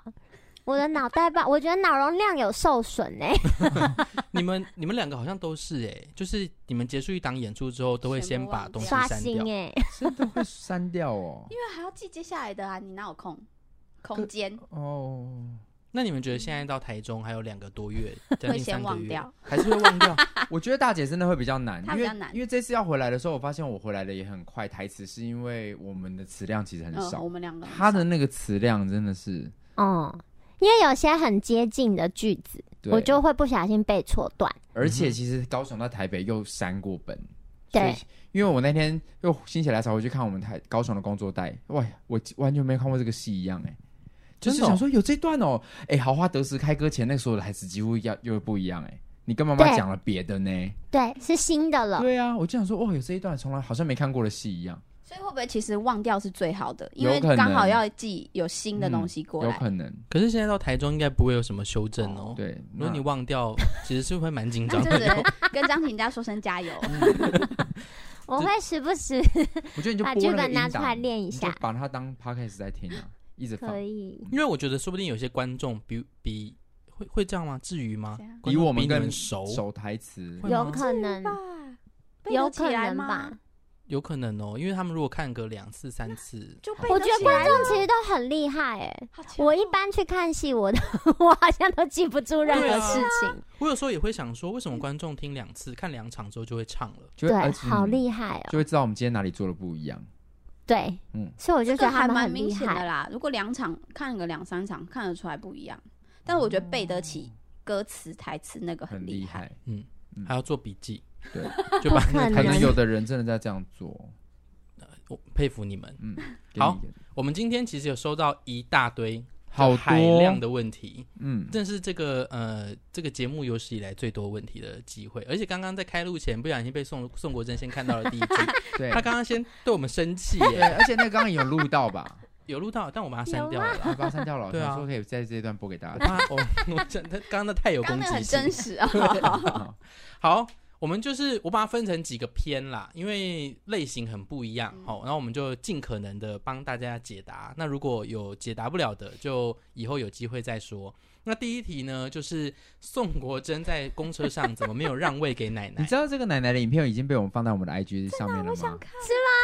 Speaker 3: 我的脑袋 吧，我觉得脑容量有受损欸呢、
Speaker 1: 你们你们两个好像都是哎、就是你们结束一档演出之后，都会先把东西
Speaker 3: 刷
Speaker 1: 删
Speaker 3: 新
Speaker 1: 掉。
Speaker 3: 哎、
Speaker 2: 真的会删掉哦。
Speaker 4: 因为还要记接下来的啊，你哪有空？空间
Speaker 2: 哦，
Speaker 1: 那你们觉得现在到台中还有两个多月，将
Speaker 4: 嗯会
Speaker 1: 近
Speaker 4: 先
Speaker 1: 三个
Speaker 4: 忘
Speaker 1: 月，
Speaker 4: 掉，
Speaker 2: 还是会忘 掉。我觉得大姐真的会比较难，
Speaker 4: 她
Speaker 2: 因
Speaker 4: 比
Speaker 2: 为
Speaker 4: 较难
Speaker 2: 因为这次要回来的时候，我发现我回来的也很快，台词是因为我们的词量其实很
Speaker 4: 嗯，
Speaker 2: 少
Speaker 4: 我，们两个
Speaker 2: 她的那个词量真的是，
Speaker 3: 哦，因为有些很接近的句子，
Speaker 2: 对
Speaker 3: 我就会不小心被错断。
Speaker 2: 而且其实高雄到台北又删过本，
Speaker 3: 嗯对
Speaker 2: 所以，因为我那天又心血来潮，我去看我们台高雄的工作带，哇，我完全没看过这个戏一样哎、就是
Speaker 1: 真的哦
Speaker 2: 想说有这段哦，哎、豪华德斯开歌前那所有的台词几乎要又不一样哎、你跟妈妈
Speaker 3: 对
Speaker 2: 讲了别的呢，
Speaker 3: 对，是新的了。
Speaker 2: 对啊，我就想说哇，有这一段从来好像没看过的戏一样，
Speaker 4: 所以会不会其实忘掉是最好的？因
Speaker 2: 有
Speaker 4: 为
Speaker 2: 可能
Speaker 4: 刚好要记有新的东西过
Speaker 2: 有
Speaker 4: 来。
Speaker 2: 可能
Speaker 1: 可是现在到台中应该不会有什么修正哦。，
Speaker 2: 对。
Speaker 1: 如果
Speaker 2: 那
Speaker 1: 你忘掉， 其实是会蛮紧
Speaker 4: 那
Speaker 1: 张
Speaker 4: 就
Speaker 1: 的。
Speaker 4: 只能跟张婷家说声加油。
Speaker 3: 我会时不时
Speaker 2: 我觉得你就
Speaker 3: 把
Speaker 2: 播
Speaker 3: 剧
Speaker 2: 那个
Speaker 3: 本
Speaker 2: 音
Speaker 3: 拿出
Speaker 2: 档
Speaker 3: 来练一
Speaker 2: 你就
Speaker 3: 下
Speaker 2: 把它当 podcast 在听啊，一直放
Speaker 3: 可。以。
Speaker 1: 因为我觉得说不定有些观众比比会会这样吗？至于吗
Speaker 4: 这样？
Speaker 1: 观众
Speaker 2: 比我们
Speaker 1: 你们
Speaker 2: 更
Speaker 1: 熟，
Speaker 2: 守台词
Speaker 1: 会，
Speaker 3: 有
Speaker 1: 吗
Speaker 3: 可
Speaker 2: 嗯
Speaker 3: 能，
Speaker 4: 吧，背得
Speaker 3: 有
Speaker 4: 起
Speaker 3: 可
Speaker 4: 来
Speaker 3: 能
Speaker 4: 吗
Speaker 3: 吧。
Speaker 1: 有可能哦，因为他们如果看个两次三次，
Speaker 4: 就背
Speaker 3: 我觉
Speaker 4: 起
Speaker 3: 得观
Speaker 4: 来
Speaker 3: 众其实都很厉害哎、
Speaker 4: 好强哦
Speaker 3: 我一般去看戏，我都 我好像都记不住任
Speaker 1: 对
Speaker 3: 何
Speaker 1: 啊
Speaker 3: 事情。
Speaker 1: 我有时候也会想说，为什么观众听两次、看两场之后就会唱了？
Speaker 2: 就会啊而且
Speaker 3: 对，好厉害哦、
Speaker 2: 就会知道我们今天哪里做的不一样。
Speaker 3: 对，
Speaker 2: 嗯
Speaker 3: 所以我就
Speaker 4: 这
Speaker 3: 觉得
Speaker 4: 个
Speaker 3: 他
Speaker 4: 还
Speaker 3: 们
Speaker 4: 蛮
Speaker 3: 很
Speaker 4: 明
Speaker 3: 厉
Speaker 4: 显
Speaker 3: 害
Speaker 4: 的。啦。如果两场看个两三场，看得出来不一样。但我觉得背得起歌词台词那个
Speaker 2: 嗯很
Speaker 4: 厉
Speaker 2: 厉害，
Speaker 1: 还要做笔记，
Speaker 2: 嗯对，
Speaker 1: 就把
Speaker 3: 不可
Speaker 1: 那个
Speaker 2: 可
Speaker 1: 台
Speaker 2: 能
Speaker 1: 词
Speaker 4: 哦
Speaker 2: 有的人真的在这样做。
Speaker 1: 我佩服你们。
Speaker 2: 嗯，给你
Speaker 1: 好
Speaker 2: 一个，
Speaker 1: 我们今天其实有收到一大堆
Speaker 2: 好
Speaker 1: 海
Speaker 2: 多
Speaker 1: 量的问题，
Speaker 2: 嗯，
Speaker 1: 这是这个呃这个节目有史以来最多问题的机会。而且刚刚在开录前不小心被宋宋国珍先看到了第一句，
Speaker 2: 对
Speaker 1: 他刚刚先对我们生气
Speaker 2: 对，
Speaker 1: 耶，
Speaker 2: 而且那个刚刚有录到吧？
Speaker 1: 有录到，但我把它删掉了
Speaker 2: 我
Speaker 1: 啦。
Speaker 2: 把它删掉了，
Speaker 1: 对啊
Speaker 2: 想说可以在这一段播给大
Speaker 1: 我
Speaker 2: 家
Speaker 1: 怕我我真的刚刚那太有
Speaker 4: 刚
Speaker 1: 攻
Speaker 4: 刚那
Speaker 1: 击性
Speaker 4: 很真，实啊，
Speaker 2: 听。
Speaker 1: 好，我们就是我把它分成几个篇啦，因为类型很不一样，好、然后我们就尽可能的帮大家解答。那如果有解答不了的，就以后有机会再说。那第一题呢，就是宋国珍在公车上怎么没有让位给奶
Speaker 2: 你
Speaker 1: 奶？
Speaker 2: 知道这个奶奶的影片已经被我们放在我们的 IG 上面了 吗？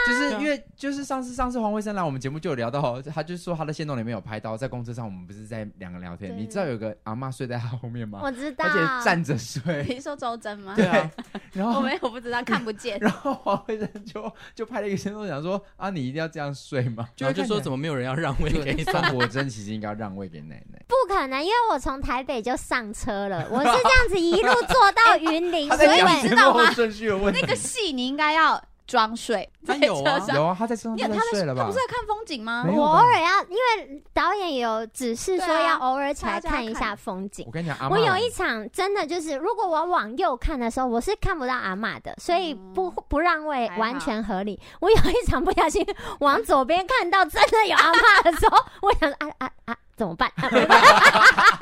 Speaker 2: 就是
Speaker 1: 啊
Speaker 2: 因为就是上次上次黄慧珊来我们节目就有聊到，他就说他的线动里面有拍到，在公车上我们不是在两个聊天，
Speaker 4: 对
Speaker 2: 你知道有个阿嬷睡在他后面吗
Speaker 3: 我？知道
Speaker 2: 而，且站着
Speaker 4: 你
Speaker 2: 睡，
Speaker 4: 是说周真吗？
Speaker 2: 对啊，然
Speaker 4: 我
Speaker 2: 后
Speaker 4: 没有不知道，看不见。
Speaker 2: 然后黄慧珊就就拍了一个线动，想说啊，你一定要这样睡吗？
Speaker 1: 然后就说怎么没有人要让位给
Speaker 2: 对，
Speaker 1: 他？
Speaker 2: 宋国珍其实应该要让位给奶奶。
Speaker 3: 不可能，因为我从台北就上车了，我是这样子一路坐到云 林，
Speaker 2: 他
Speaker 3: 所
Speaker 2: 在
Speaker 3: 以
Speaker 2: 讲
Speaker 3: 我
Speaker 2: 节目后顺序有问题
Speaker 4: 那。个戏你应该要装睡，
Speaker 1: 他
Speaker 4: 在
Speaker 1: 有啊
Speaker 4: 车上
Speaker 2: 有啊，他在车上
Speaker 4: 你有
Speaker 2: 就在
Speaker 4: 他在
Speaker 2: 睡了
Speaker 4: 他
Speaker 2: 吧
Speaker 4: 不是？在看风景吗
Speaker 2: 没？有
Speaker 3: 我
Speaker 2: 吧
Speaker 3: 偶尔要，因为导演有指示说
Speaker 4: 对啊
Speaker 3: 要偶尔起来
Speaker 4: 大家
Speaker 3: 看一下
Speaker 4: 看
Speaker 3: 风景。
Speaker 2: 我跟你讲，阿
Speaker 3: 我
Speaker 2: 嬷
Speaker 3: 有一场真的就是，如果我往右看的时候，我是看不到阿嬷的，所以不不让位
Speaker 4: 嗯还好
Speaker 3: 完全合理。我有一场不小心往左边看到真的有阿嬷的时候，我想说啊啊啊，怎么 办？啊没办法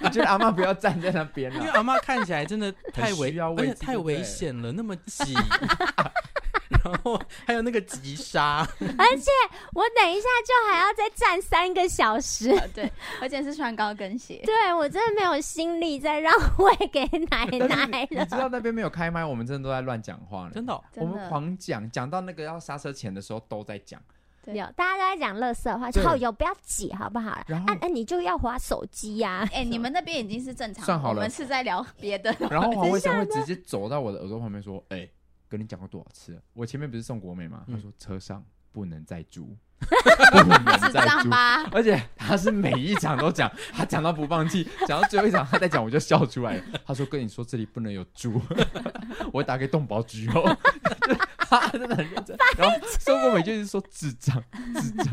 Speaker 2: 我觉得阿妈不要站在那 边
Speaker 1: 因为
Speaker 2: 了。
Speaker 1: 阿妈看起来真的太危，
Speaker 2: 很需要
Speaker 1: 而
Speaker 2: 位置
Speaker 1: 且太危险了，那么挤。然后还有那个急刹，
Speaker 3: 而且我等一下就还要再站三个小时，
Speaker 4: 呃 对，而且是穿高跟鞋。
Speaker 3: 对我真的没有心力再让位给奶奶
Speaker 2: 你知道
Speaker 3: 了。
Speaker 2: 那边没有开麦，我们真的都在乱讲话呢。
Speaker 1: 真的哦、
Speaker 2: 我
Speaker 4: 真
Speaker 2: 们
Speaker 4: 的，
Speaker 2: 狂讲，讲到那个要刹车前的时候都在讲，
Speaker 4: 对
Speaker 3: 有，大家都在讲乐色话，
Speaker 2: 对嗯
Speaker 3: 好友不要挤好 不好啦？
Speaker 2: 然
Speaker 3: 啊
Speaker 2: 后
Speaker 3: 啊，你就要划手机 呀、
Speaker 4: 哎，你们那边已经是正常了，
Speaker 2: 啊算好了
Speaker 4: 我们是在聊别 的。
Speaker 2: 然后黄慧珊会直接走到我的耳朵旁边说：“哎，跟你讲过多少次了？我前面不是宋国美吗？”
Speaker 1: 嗯
Speaker 2: 她说：“车上不能再租，不能
Speaker 4: 智
Speaker 2: 再
Speaker 4: 障
Speaker 2: 租。”
Speaker 4: 吧？
Speaker 2: 而且他是每一场都讲，他讲到不放弃，讲到最后一场他在讲，我就笑出来了。他说：“跟你说这里不能有猪。”我打给动保局哦，他真的很认真。然后收国美就是说智障，智障。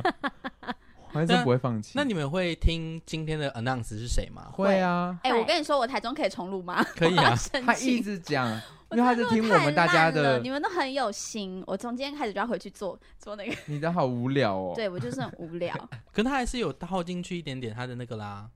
Speaker 2: 好像真不会放弃。
Speaker 1: 那你们会听今天的 announce 是谁吗？
Speaker 2: 会啊？
Speaker 4: 哎、我跟你说，我台中可以重录吗？
Speaker 1: 可以
Speaker 4: 我要
Speaker 1: 啊，
Speaker 4: 生
Speaker 2: 他
Speaker 4: 气
Speaker 2: 一直讲，
Speaker 4: 我
Speaker 2: 因为他是
Speaker 4: 真的
Speaker 2: 听我们大家
Speaker 4: 太烂了
Speaker 2: 的
Speaker 4: 你，们都很有心。我从今天开始就要回去做做那个，
Speaker 2: 你的好无聊哦。
Speaker 4: 对我就是很 无聊。
Speaker 1: 可他还是有套进去一点点他的那个啦，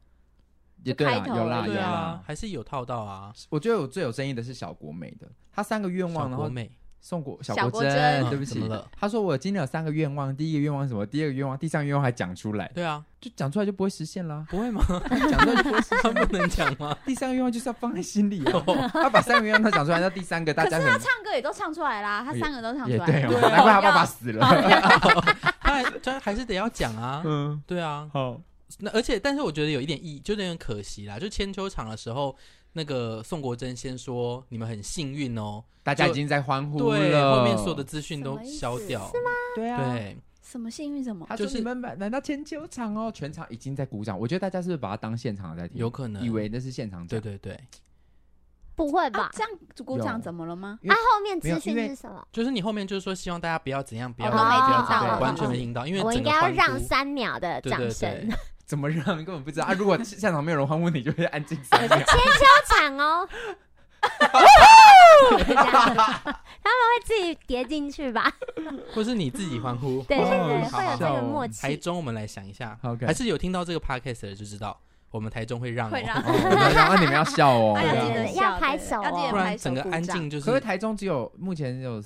Speaker 2: 也对啦，
Speaker 4: 开头
Speaker 2: 有啦
Speaker 4: 而已
Speaker 2: 有
Speaker 1: 对啊
Speaker 2: 啦，。
Speaker 1: 还是有套到啊。
Speaker 2: 我觉得我最有争议的是小国美的，她三个愿望，
Speaker 1: 小
Speaker 2: 然
Speaker 1: 国
Speaker 2: 后
Speaker 1: 美，
Speaker 2: 宋国小
Speaker 4: 小
Speaker 2: 国
Speaker 4: 国
Speaker 2: 珍，
Speaker 4: 珍
Speaker 2: 哎对不
Speaker 1: 嗯
Speaker 2: 起
Speaker 1: 怎么了，
Speaker 2: 她说我今年有三个愿望，第一个愿望是什么，第二个愿望，第三个愿望还讲出来，
Speaker 1: 对啊，
Speaker 2: 就讲出来就不会实现 啦。
Speaker 1: 不会吗？
Speaker 2: 讲出来就不会实
Speaker 1: 他
Speaker 2: 现啦。
Speaker 1: 不能讲吗？
Speaker 2: 第三个愿望就是要放在心里啊，她把三个愿望都讲出来，那第三个大
Speaker 4: 可是
Speaker 2: 家
Speaker 4: 他
Speaker 2: 很
Speaker 4: 唱歌也都唱出来啦，他三个都唱出
Speaker 2: 也
Speaker 4: 来。
Speaker 2: 对哦，
Speaker 1: 对啊
Speaker 2: 难怪她爸爸死了。
Speaker 1: 他还他还是得要讲啊。
Speaker 2: 嗯，
Speaker 1: 对啊，
Speaker 2: 好，
Speaker 1: 那而且但是我觉得有一点意，就有点可惜啦。就千秋场的时候，那个宋国珍先说你们很幸运哦，
Speaker 2: 大家已经在欢呼
Speaker 1: 对，
Speaker 2: 了。
Speaker 1: 后面所有的资讯都
Speaker 4: 什么意思
Speaker 1: 消掉，
Speaker 4: 是
Speaker 1: 吗？
Speaker 2: 对啊，
Speaker 1: 对，
Speaker 4: 什么幸运什么？
Speaker 2: 他说
Speaker 1: 就是
Speaker 2: 你们来来到千秋场哦，全场已经在鼓掌。我觉得大家是不是把它当现场在听？
Speaker 1: 有可能
Speaker 2: 以为那是现场
Speaker 1: 对
Speaker 2: 讲。
Speaker 1: 对对，
Speaker 3: 不会吧
Speaker 4: 啊，？这样鼓掌
Speaker 2: 有
Speaker 4: 怎么了吗？
Speaker 3: 后面
Speaker 2: 啊没有
Speaker 3: 资
Speaker 2: 因
Speaker 3: 讯
Speaker 2: 为
Speaker 3: 是什么？
Speaker 1: 就是你后面就是说希望大家不要怎样，不要
Speaker 4: 哦
Speaker 1: 怎样
Speaker 3: 都没
Speaker 1: 不要
Speaker 3: 听
Speaker 1: 怎样
Speaker 3: 到
Speaker 1: 对完全
Speaker 3: 哦
Speaker 1: 没听到，因为
Speaker 3: 我
Speaker 1: 整
Speaker 3: 应
Speaker 1: 个
Speaker 3: 该要
Speaker 1: 欢
Speaker 3: 让
Speaker 1: 呼
Speaker 3: 三秒的
Speaker 1: 对对
Speaker 3: 掌
Speaker 1: 对
Speaker 3: 声，
Speaker 2: 怎么让根本不知道啊！如果现场没有人欢呼，你就会安静三秒。
Speaker 3: 超惨哦。这样他们会自己叠进去吧？
Speaker 1: 或是你自己欢 呼。
Speaker 3: 对对
Speaker 2: 好
Speaker 3: 对，
Speaker 2: 好
Speaker 3: 会有这
Speaker 2: 笑哦
Speaker 3: 个默
Speaker 1: 台
Speaker 3: 契。
Speaker 1: 中我们来想一下
Speaker 2: OK
Speaker 1: 还是有听到这个 podcast 的就知道，我们台中会让、哦，
Speaker 4: 会让
Speaker 2: 哦你们然后你们要笑哦。
Speaker 4: 大
Speaker 1: 对啊
Speaker 4: 家哎记得笑
Speaker 3: 要拍
Speaker 4: 对
Speaker 3: 手
Speaker 4: 要记
Speaker 3: 哦
Speaker 4: 得
Speaker 1: 不
Speaker 4: 拍
Speaker 1: 然
Speaker 4: 手
Speaker 1: 整个
Speaker 4: 鼓
Speaker 1: 安
Speaker 4: 掌
Speaker 1: 静就是
Speaker 2: 可是台中只有目前有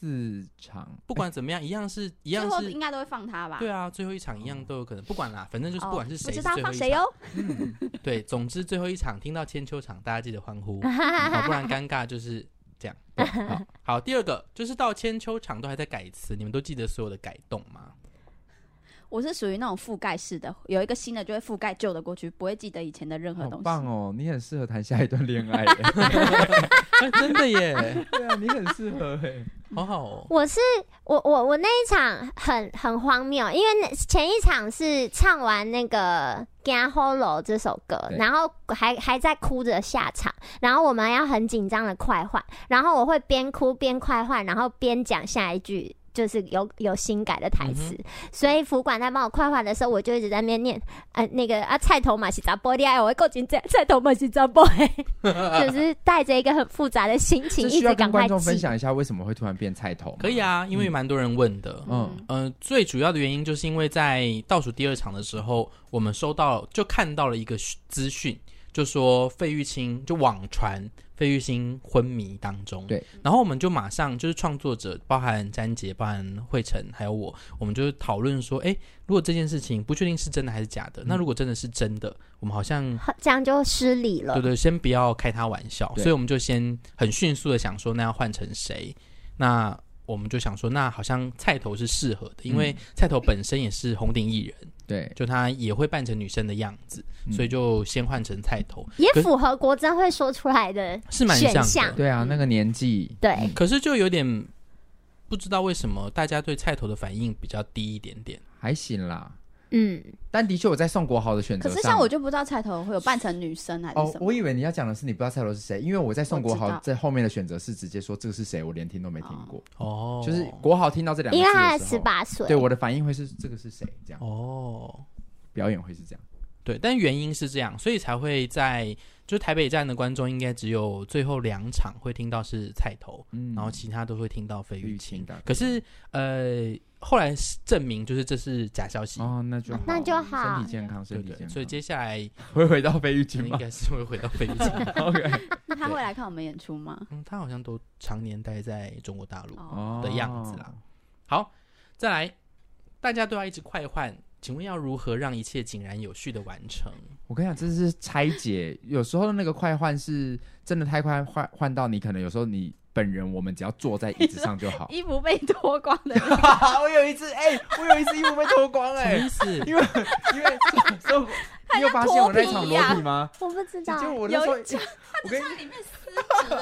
Speaker 2: 四场，
Speaker 1: 不管怎么样，一样是一
Speaker 4: 最
Speaker 1: 样
Speaker 4: 后
Speaker 1: 是
Speaker 4: 应，该都会放他吧？
Speaker 1: 对啊，最后一场一样都有可能，不管啦，反正就是
Speaker 4: 哦，
Speaker 1: 不管是谁，
Speaker 4: 不知
Speaker 1: 是
Speaker 4: 道
Speaker 1: 最后
Speaker 4: 放
Speaker 1: 一
Speaker 4: 谁哦
Speaker 1: 场
Speaker 3: 哦
Speaker 4: 哟。
Speaker 1: 对，总之最后一场听到千秋场，大家记得欢 呼，好不然尴尬就是这样。好，好，第二个就是到千秋场都还在改词，你们都记得所有的改动吗？
Speaker 4: 我是属于那种覆盖式的，有一个新的就会覆盖旧的过去，不会记得以前的任何
Speaker 2: 好
Speaker 4: 东西。
Speaker 2: 棒哦！你很适合谈下一段恋爱耶，
Speaker 1: 哎真的耶，
Speaker 2: 对啊，你很适合 哎。
Speaker 1: 好好哦。
Speaker 3: 我是我我我那一场很很荒谬，因为那前一场是唱完那个《g a h o l o 这首歌，
Speaker 2: 对
Speaker 3: 然后还还在哭着下场，然后我们要很紧张的快换，然后我会边哭边快换，然后边讲下一句。就是有有新改的台
Speaker 2: 嗯
Speaker 3: 词，所以服管在帮我快换的时候，我就一直在那边念，呃，那个啊，菜头马西杂波利爱，我会够紧张，菜头马西杂波， 就是带着一个很复杂的心情，
Speaker 2: 这
Speaker 3: 一
Speaker 2: 需
Speaker 3: 直
Speaker 2: 要
Speaker 3: 赶
Speaker 2: 跟观
Speaker 3: 快记
Speaker 2: 众。分享一下为什么会突然变菜头吗？
Speaker 1: 可以啊，因为蛮多人问的。
Speaker 2: 嗯，
Speaker 1: 呃，最主要的原因就是因为在倒数第二场的时候，我们收到就看到了一个讯资讯，就说费玉清就网传费玉清昏迷当中。
Speaker 2: 对，
Speaker 1: 然后我们就马上就是创作者，包含詹杰、包含惠晨还有我，我们就讨论说，哎，如果这件事情不确定是真的还是假的，那如果真的是真的，我们好像。
Speaker 3: 这样就失礼了
Speaker 1: 对。对，先不要开他玩笑，
Speaker 2: 对
Speaker 1: 所以我们就先很迅速的想说，那要换成谁？那我们就想说，那好像菜头是适合的，因
Speaker 2: 嗯
Speaker 1: 为菜头本身也是红顶艺人，
Speaker 2: 对，
Speaker 1: 就他也会扮成女生的样子，
Speaker 2: 嗯
Speaker 1: 所以就先换成菜头，
Speaker 3: 也
Speaker 1: 可是
Speaker 3: 符合国珍会说出来的
Speaker 1: 是蛮
Speaker 3: 选
Speaker 1: 像
Speaker 3: 项
Speaker 1: 的。
Speaker 2: 对啊，那个年纪，
Speaker 3: 对
Speaker 2: 嗯
Speaker 1: 可是就有点不知道为什么大家对菜头的反应比较低一点点。
Speaker 2: 还行啦。
Speaker 3: 嗯，
Speaker 2: 但的确，我在宋国豪
Speaker 1: 嗯
Speaker 2: 的选择
Speaker 4: 可
Speaker 2: 上，
Speaker 4: 是像我就不知道菜头会有扮成女生还是
Speaker 2: 哦
Speaker 4: 什，么。
Speaker 2: 我以为你要讲的是你不知道菜头是谁，因为我在宋国
Speaker 4: 我知
Speaker 2: 豪
Speaker 4: 道
Speaker 2: 在后面的选择是直接说这个是谁，我连听都没听过，
Speaker 1: 哦，
Speaker 2: 就是国豪听到这两个
Speaker 3: 因
Speaker 2: 字
Speaker 3: 为
Speaker 2: 的
Speaker 3: 他才
Speaker 2: 时
Speaker 3: 十
Speaker 2: 候，
Speaker 3: 八岁，
Speaker 2: 对我的反应会是这个是谁这样，
Speaker 1: 哦，
Speaker 2: 表演会是这样，
Speaker 1: 对，但原因是这样，所以才会在就是台北站的观众应该只有最后两场会听到是菜头，
Speaker 2: 嗯
Speaker 1: 然后其他都会听到费
Speaker 2: 费玉
Speaker 1: 玉
Speaker 2: 清
Speaker 1: 清
Speaker 2: 大哥。
Speaker 1: 可是呃，后来是证明就是这是假消息，
Speaker 2: 哦，那就好
Speaker 3: 那就好
Speaker 2: 身体健康，
Speaker 1: 对
Speaker 2: 身体
Speaker 1: 对
Speaker 2: 健
Speaker 1: 对。
Speaker 2: 康，
Speaker 1: 所以接下来
Speaker 2: 会回到费玉清
Speaker 1: 应
Speaker 2: 吗
Speaker 1: 该是会回到费玉 清。
Speaker 2: ？OK，
Speaker 4: 那他会来看我们演出吗？
Speaker 1: 嗯，他好像都常年待在中国大陆。
Speaker 2: 哦
Speaker 4: 哦，。
Speaker 1: 的样子啦，好，再来，大家都要一直快换，请问要如何让一切井然有序的完成？
Speaker 2: 我跟你讲，这是拆解。有时候那个快换是真的太快换换到你，可能有时候你本人我们只要坐在椅子上就好
Speaker 4: 衣服被脱光 的，
Speaker 2: 我有一次，哎、我有一次衣服被脱光、欸
Speaker 1: 什么意思？
Speaker 2: 因为因为所以我你有发现我那一场裸体吗？
Speaker 3: 我不知
Speaker 2: 就
Speaker 3: 道
Speaker 2: 我那时候
Speaker 4: 有一，
Speaker 2: 我跟你
Speaker 4: 里面撕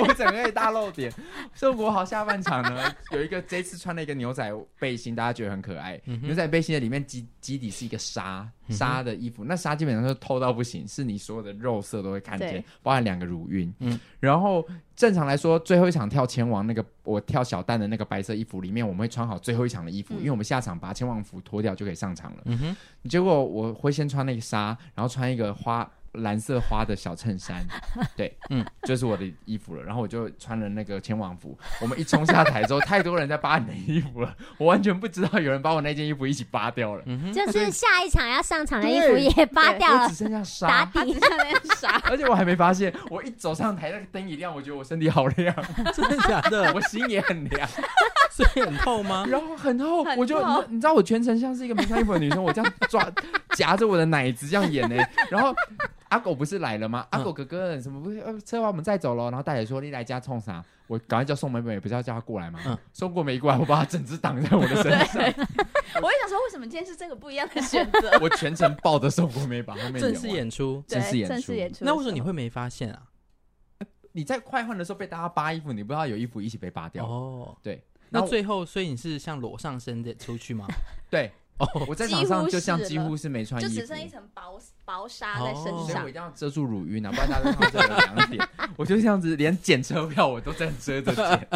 Speaker 2: 我整个大露点。所以我好下半场呢，有一个这次穿了一个牛仔背心，大家觉得很可爱。
Speaker 1: 嗯哼嗯
Speaker 2: 牛仔背心的里面基基底是一个纱
Speaker 1: 哼
Speaker 2: 纱的衣服，那纱基本上是透到不行，是你所有的肉色都会看见
Speaker 4: 对，
Speaker 2: 包含两个乳晕。
Speaker 1: 嗯
Speaker 2: 然后正常来说，最后一场跳千王那个我跳小蛋的那个白色衣服里面，我们会穿好最后一场的衣服，
Speaker 4: 嗯
Speaker 2: 因为我们下场把千王服脱掉就可以上场了。
Speaker 1: 嗯哼，
Speaker 2: 结果我会先穿那个纱，然后穿一个花蓝色花的小 衬衫，对，嗯
Speaker 1: 嗯，
Speaker 2: 就是我的衣服了。然后我就穿了那个千王服。我们一冲下台之后，太多人在扒你的衣服了，我完全不知道有人把我那件衣服一起扒掉了，
Speaker 1: 嗯哼，
Speaker 3: 就是下一场要上场的衣服
Speaker 2: 对
Speaker 3: 也扒 掉
Speaker 2: 我
Speaker 3: 了
Speaker 2: 只，剩下纱
Speaker 3: 打。
Speaker 4: 他
Speaker 3: 底。
Speaker 4: 只是在那傻。
Speaker 2: 而且我还没发现，我一走上台，那个灯一亮，我觉得我身体好凉，
Speaker 1: 真的假的？
Speaker 2: 我心也很凉，
Speaker 1: 所以很透吗？
Speaker 2: 然后很厚，
Speaker 4: 很
Speaker 2: 我就
Speaker 4: 厚
Speaker 2: 你你知道我全程像是一个没穿衣服的女生，我这样抓 夹着我的奶子这样演呢、然后阿狗不是来了吗？
Speaker 4: 嗯
Speaker 2: 阿狗哥哥什么不是呃车把我们载走了，然后大姐说你来家冲啥？我赶快叫宋美美，不是要叫她过来吗？
Speaker 1: 嗯
Speaker 2: 宋国美过来，我把她整只挡在我的 身上，
Speaker 4: 我也想说，为什么今天是这个不一样的选择？
Speaker 2: 我全程抱着宋国美把 后面
Speaker 1: 正式
Speaker 2: 演完。
Speaker 1: 演出，
Speaker 2: 正式
Speaker 4: 对
Speaker 2: 演
Speaker 4: 正
Speaker 2: 出
Speaker 4: 式演出的时候。
Speaker 1: 那为什么你会没发现啊？
Speaker 2: 你在快换的时候被大家扒衣服，你不知道有衣服一起被扒掉。
Speaker 1: 哦，
Speaker 2: 对，然
Speaker 1: 那
Speaker 2: 后
Speaker 1: 最后，所以你是像裸上身的出去吗？
Speaker 2: 对
Speaker 1: 哦，
Speaker 2: 我在场上就像几
Speaker 4: 几乎是了
Speaker 2: 乎是没穿衣
Speaker 4: 就
Speaker 2: 服，
Speaker 4: 只剩一层薄薄纱在身
Speaker 1: 哦
Speaker 2: 所以
Speaker 4: 上
Speaker 2: 我一，定要遮住乳晕啊，不然大家都看不到我的两 点。我就这样子，连检车票我都这样遮着 检。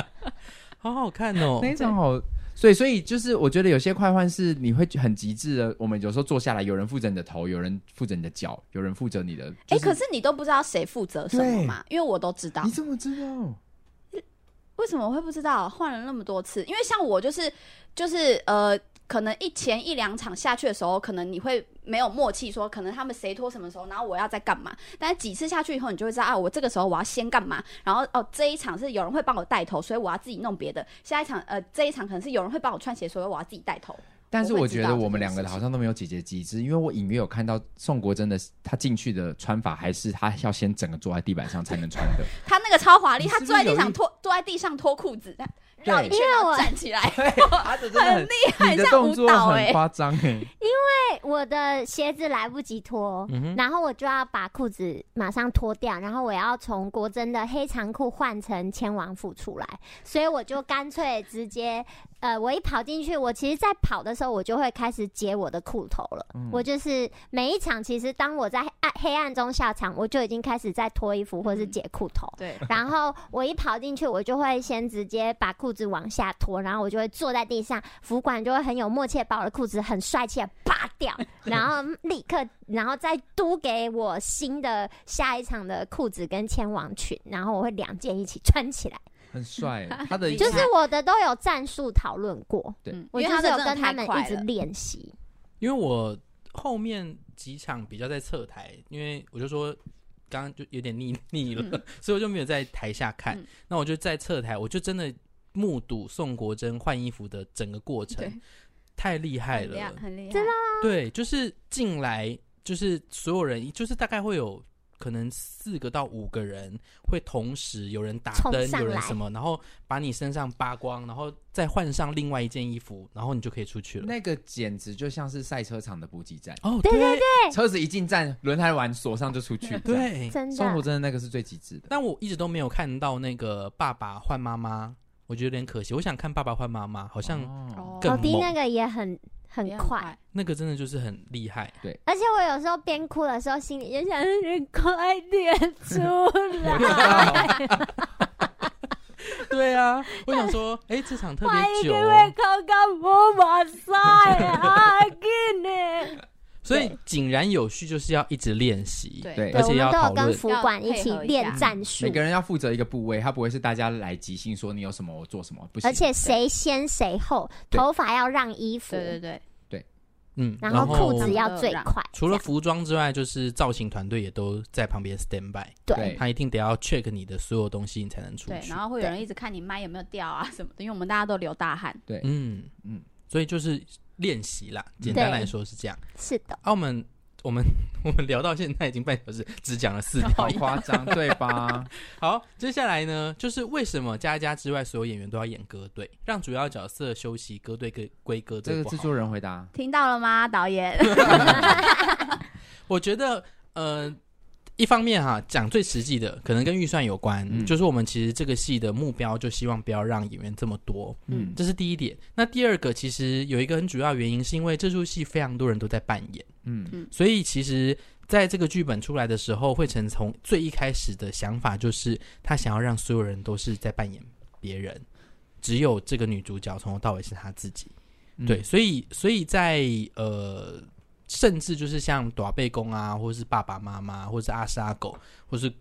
Speaker 1: 好好看 哦
Speaker 2: 那。一场好，哦所以所以就是我觉得有些快换是你会很极致的。我们有时候坐下来，有人负责你的头，有人负责你的脚，有人负责你的。
Speaker 4: 哎、
Speaker 2: 就是
Speaker 4: 可是你都不知道谁负责什么嘛？因为我都知道
Speaker 2: 你。怎么知道？
Speaker 4: 为什么我会不知道？换了那么多次，因为像我就是就是呃，可能一前一两场下去的时候，可能你会没有默契说可能他们谁拖什么时候，然后我要在干嘛。但是几次下去以后，你就会知道啊，我这个时候我要先干嘛。然后哦，这一场是有人会帮我带头，所以我要自己弄别的。下一场呃，这一场可能是有人会帮我穿鞋，所以我要自己带头。
Speaker 2: 但是
Speaker 4: 我
Speaker 2: 我
Speaker 4: 会知
Speaker 2: 觉
Speaker 4: 道
Speaker 2: 得
Speaker 4: 这
Speaker 2: 我们
Speaker 4: 件
Speaker 2: 两个
Speaker 4: 事
Speaker 2: 好像都没有姐姐机制，因为我隐约有看到宋国真的是他进去的穿法，还是他要先整个坐在地板上才能穿的。
Speaker 4: 他那个超华丽，
Speaker 2: 你
Speaker 4: 他
Speaker 2: 是不是
Speaker 4: 坐在地
Speaker 2: 有
Speaker 4: 上
Speaker 2: 一
Speaker 4: 脱坐在地上脱裤子，
Speaker 2: 对
Speaker 4: 绕一圈
Speaker 3: 因为
Speaker 4: 然后
Speaker 3: 我
Speaker 4: 站起来。
Speaker 2: 对，他的真的很厉
Speaker 4: 害
Speaker 2: 你的
Speaker 4: 像舞
Speaker 2: 动作
Speaker 4: 蹈
Speaker 2: 很
Speaker 4: 欸
Speaker 2: 夸张哎。
Speaker 3: 对我的鞋子来不及脱，
Speaker 1: 嗯哼
Speaker 3: 然后我就要把裤子马上脱掉，然后我要从国珍的黑长裤换成千王服出来，所以我就干脆直接，呃，我一跑进去，我其实在跑的时候，我就会开始解我的裤头了。
Speaker 1: 嗯
Speaker 3: 我就是每一场，其实当我在暗黑暗中下场，我就已经开始在脱衣服或是解裤头。
Speaker 4: 对，
Speaker 3: 然后我一跑进去，我就会先直接把裤子往下脱，然后我就会坐在地上，服管就会很有默契地把我的裤子很帅气的拔 掉，然后立刻，然后再嘟给我新的下一场的裤子跟千网裙，然后我会两件一起穿起来。
Speaker 2: 很帅欸，他的
Speaker 4: 厉害
Speaker 3: 就是我的都有战术讨论过，
Speaker 2: 对
Speaker 4: 嗯
Speaker 3: 我
Speaker 4: 因
Speaker 3: 就
Speaker 4: 为他
Speaker 3: 是
Speaker 4: 的
Speaker 3: 有
Speaker 4: 真的
Speaker 3: 跟他
Speaker 4: 太
Speaker 3: 们一
Speaker 4: 快
Speaker 3: 直
Speaker 4: 了。
Speaker 3: 练习。
Speaker 1: 因为我后面几场比较在侧台，因为我就说刚刚就有点腻 腻了，
Speaker 3: 嗯
Speaker 1: 所以我就没有在台下看。
Speaker 4: 嗯
Speaker 1: 那我就在侧台，我就真的目睹宋国珍换衣服的整个过程，太厉害
Speaker 4: 很厉害，
Speaker 1: 了。
Speaker 4: 很厉害，
Speaker 3: 真的
Speaker 1: 对，就是进来，就是所有人，就是大概会有可能四个到五个人会同时有人打
Speaker 3: 冲
Speaker 1: 灯，
Speaker 3: 上
Speaker 1: 有人
Speaker 3: 来
Speaker 1: 什么，然后把你身上扒光，然后再换上另外一件衣服，然后你就可以出去了。
Speaker 2: 那个简直就像是赛车场的补给站，
Speaker 1: 哦，对对
Speaker 4: 哎
Speaker 2: 车子一进站，轮胎完锁上就出 去。这样，
Speaker 1: 对，
Speaker 3: 真
Speaker 2: 宋国
Speaker 3: 的，
Speaker 2: 真的那个是最极致的。
Speaker 1: 但我一直都没有看到那个爸爸换妈妈，我觉得有点可惜。我想看爸爸换妈妈，好像
Speaker 2: 哦，
Speaker 1: 更
Speaker 3: 老
Speaker 1: 猛
Speaker 3: 弟那个也很很
Speaker 4: 也
Speaker 3: 快。，
Speaker 1: 那个真的就是很厉害。
Speaker 3: 而且我有时候边哭的时候，心里就想 你快点出
Speaker 2: 我
Speaker 3: 来
Speaker 2: 知，
Speaker 1: 哦
Speaker 2: 道，
Speaker 1: 对啊， 我想说，哎、这场特
Speaker 3: 我
Speaker 1: 别
Speaker 3: 一定
Speaker 1: 久，哦
Speaker 3: 会看看我马赛啊，给你。
Speaker 1: 所以井然有序就是要一直练习。
Speaker 4: 对
Speaker 2: 对
Speaker 3: 对，
Speaker 1: 而
Speaker 3: 我
Speaker 1: 且
Speaker 3: 们
Speaker 1: 要
Speaker 3: 都有
Speaker 1: 讨论
Speaker 3: 跟服管一起
Speaker 4: 哦
Speaker 3: 练战术
Speaker 2: 每，个人要负责一个部位，他不会是大家来即兴说你有什么我做什么，不行。
Speaker 3: 而且谁先谁后，
Speaker 2: 对
Speaker 3: 头发要让衣服，
Speaker 4: 对对对，
Speaker 1: 嗯，
Speaker 3: 然
Speaker 1: 后
Speaker 3: 后裤子要最快。
Speaker 1: 除了
Speaker 3: 这样
Speaker 1: 服装之外，就是造型团队也都在旁边 stand by，
Speaker 2: 对
Speaker 3: 对，
Speaker 1: 他一定得要 check 你的所有东西，你才能出
Speaker 4: 对，
Speaker 1: 去
Speaker 4: 然。后会有人一直看你麦有没有掉啊什么的，因为我们大家都流大汗。
Speaker 2: 对，
Speaker 1: 嗯
Speaker 2: 嗯
Speaker 1: 嗯，所以就是练习啦，简单来说是这样。
Speaker 3: 是的，
Speaker 1: 澳门，我们 我们聊到现在已经半小时，只讲了四条。
Speaker 2: 好夸 张，对吧？
Speaker 1: 好，接下来呢，就是为什么家家之外所有演员都要演歌队，让主要角色休息，歌队归归歌
Speaker 2: 这
Speaker 1: 队
Speaker 2: 个
Speaker 1: 不
Speaker 2: 制
Speaker 1: 好。
Speaker 2: 作人回答。嗯
Speaker 4: 听到了吗，导演？
Speaker 1: 我觉得，呃，一方面哈、讲最实际的，可能跟预算有关，
Speaker 2: 嗯
Speaker 1: 就是我们其实这个戏的目标就希望不要让演员这么多，
Speaker 2: 嗯
Speaker 1: 这是第一点。那第二个，其实有一个很主要原因，是因为这出戏非常多人都在扮演，
Speaker 2: 嗯
Speaker 1: 所以其实在这个剧本出来的时候，惠成从最一开始的想法就是他想要让所有人都是在扮演别人，只有这个女主角从头到尾是她自己。
Speaker 2: 嗯
Speaker 1: 对，所以所以在呃，甚至就是像短背公啊，或是爸爸妈妈，或是阿沙狗，或是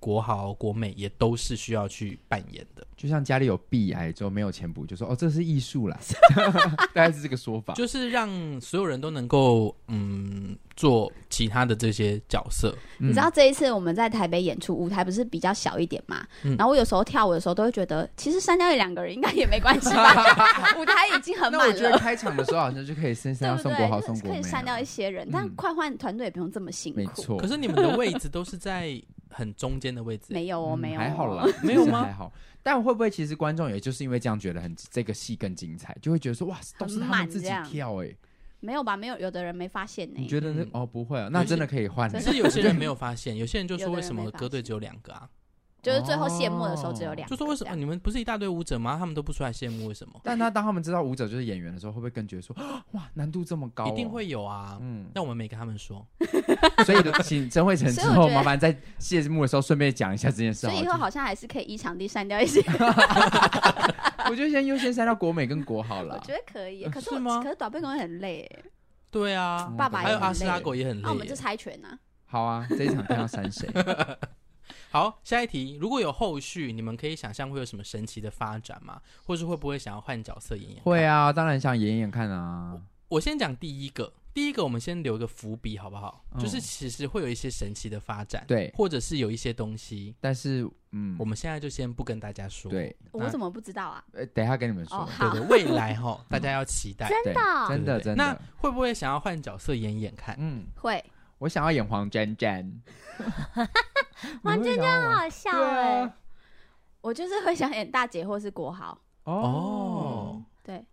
Speaker 1: 国豪、国美，也都是需要去扮演的。
Speaker 2: 就像家里有壁癌之后没有钱补，就说哦这是艺术 啦， 大概是这个说法。
Speaker 1: 就是让所有人都能够嗯做其他的这些角色。
Speaker 2: 嗯
Speaker 4: 你知道这一次我们在台北演出，舞台不是比较小一点嘛？
Speaker 1: 嗯
Speaker 4: 然后我有时候跳舞的时候都会觉得，其实删掉一两个人应该也没关系吧， 舞台已经很
Speaker 2: 那
Speaker 4: 满
Speaker 2: 我觉得
Speaker 4: 了。
Speaker 2: 开场的时候好像就可以先
Speaker 4: 对
Speaker 2: 删掉
Speaker 4: 不
Speaker 2: 宋国豪、
Speaker 4: 对？
Speaker 2: 宋
Speaker 4: 就是
Speaker 2: 国
Speaker 4: 可
Speaker 2: 美
Speaker 4: 以
Speaker 2: 了，
Speaker 4: 删掉一些人，但快换团队也不用这么辛
Speaker 2: 没
Speaker 4: 苦。
Speaker 2: 错。
Speaker 1: 可是你们的位置都是在很中间的位置，
Speaker 4: 没有哦，
Speaker 2: 嗯
Speaker 4: 没有哦，
Speaker 2: 还好 啦，
Speaker 1: 没有
Speaker 2: 其实
Speaker 1: 吗
Speaker 2: 还好。但会不会其实观众也就是因为这样觉得很这个戏更精彩，就会觉得说哇，都是他们
Speaker 4: 满
Speaker 2: 自己
Speaker 4: 这样
Speaker 2: 跳哎、
Speaker 4: 没有吧？没有，有的人没发现
Speaker 2: 你
Speaker 4: 呢。
Speaker 2: 觉得呢
Speaker 1: 嗯？
Speaker 2: 哦，不会啊，那真的可以换
Speaker 1: 只
Speaker 2: 欸。
Speaker 1: 是有些人没有发 现，有些人就说
Speaker 4: 有的
Speaker 1: 为
Speaker 4: 人
Speaker 1: 什么
Speaker 4: 没发
Speaker 1: 歌队只有两个啊？
Speaker 4: 就是最
Speaker 2: 哦
Speaker 4: 后谢幕的时候只有两
Speaker 1: 就
Speaker 4: 个，
Speaker 1: 说为什么
Speaker 4: 这样？
Speaker 1: 你们不是一大堆舞者吗？他们都不出来谢幕，为什么？
Speaker 2: 但他当他们知道舞者就是演员的时候，会不会更觉得说哇，难度这么高、哦？
Speaker 1: 一定。会有啊。
Speaker 2: 嗯，
Speaker 1: 那我们没跟他们说，
Speaker 2: 所以请曾慧成之
Speaker 4: 所以
Speaker 2: 后，
Speaker 4: 我觉得
Speaker 2: 麻烦在谢幕的时候顺便讲一下这件事
Speaker 4: 所
Speaker 2: 好
Speaker 4: 以
Speaker 2: 了。
Speaker 4: 以后好像还是可以依场地删掉一些，
Speaker 2: 我就先优先删掉国美跟国好
Speaker 4: 我
Speaker 2: 了。
Speaker 4: 觉得可以。可
Speaker 1: 啊
Speaker 4: 是
Speaker 1: 是
Speaker 4: 我
Speaker 1: 吗
Speaker 4: 可是短背公园很累耶，
Speaker 1: 对啊
Speaker 2: 嗯，
Speaker 4: 爸爸
Speaker 1: 还
Speaker 4: 也
Speaker 1: 有阿
Speaker 4: 很
Speaker 1: 斯
Speaker 4: 累
Speaker 1: 拉。狗也很
Speaker 4: 那我们
Speaker 1: 累
Speaker 4: 就
Speaker 1: 耶。
Speaker 4: 猜拳啊，
Speaker 2: 好啊，这一场看要 删谁？
Speaker 1: 好，下一题，如果有后续，你们可以想象会有什么神奇的发展吗？或是会不会想要换角色演演？
Speaker 2: 会。啊，当然想演演看啊。
Speaker 1: 我先讲第一个，第一个我们先留一个伏笔好不好？
Speaker 2: 嗯
Speaker 1: 就是其实会有一些神奇的发展，
Speaker 2: 对
Speaker 1: 或者是有一些东西，
Speaker 2: 但是嗯
Speaker 1: 我，们现在就先不跟大家说。
Speaker 2: 对，
Speaker 4: 我怎么不知道啊？
Speaker 2: 呃，等一下跟你们说
Speaker 4: 哦。好
Speaker 1: 对对，未来哈，大家要期待。
Speaker 3: 真
Speaker 2: 对
Speaker 3: 的哦
Speaker 2: 真的
Speaker 1: 对对对
Speaker 2: 真
Speaker 1: 那
Speaker 2: 的。
Speaker 1: 会不会想要换角色演演看？
Speaker 2: 嗯，
Speaker 4: 会，
Speaker 2: 我想要演黄沾沾。
Speaker 3: 黄
Speaker 2: 沾
Speaker 3: 很
Speaker 2: 沾
Speaker 3: 好笑
Speaker 1: 啊
Speaker 3: 哎、
Speaker 4: 我就是会想演大姐或是国豪。
Speaker 2: 哦
Speaker 1: 哦，
Speaker 4: 对，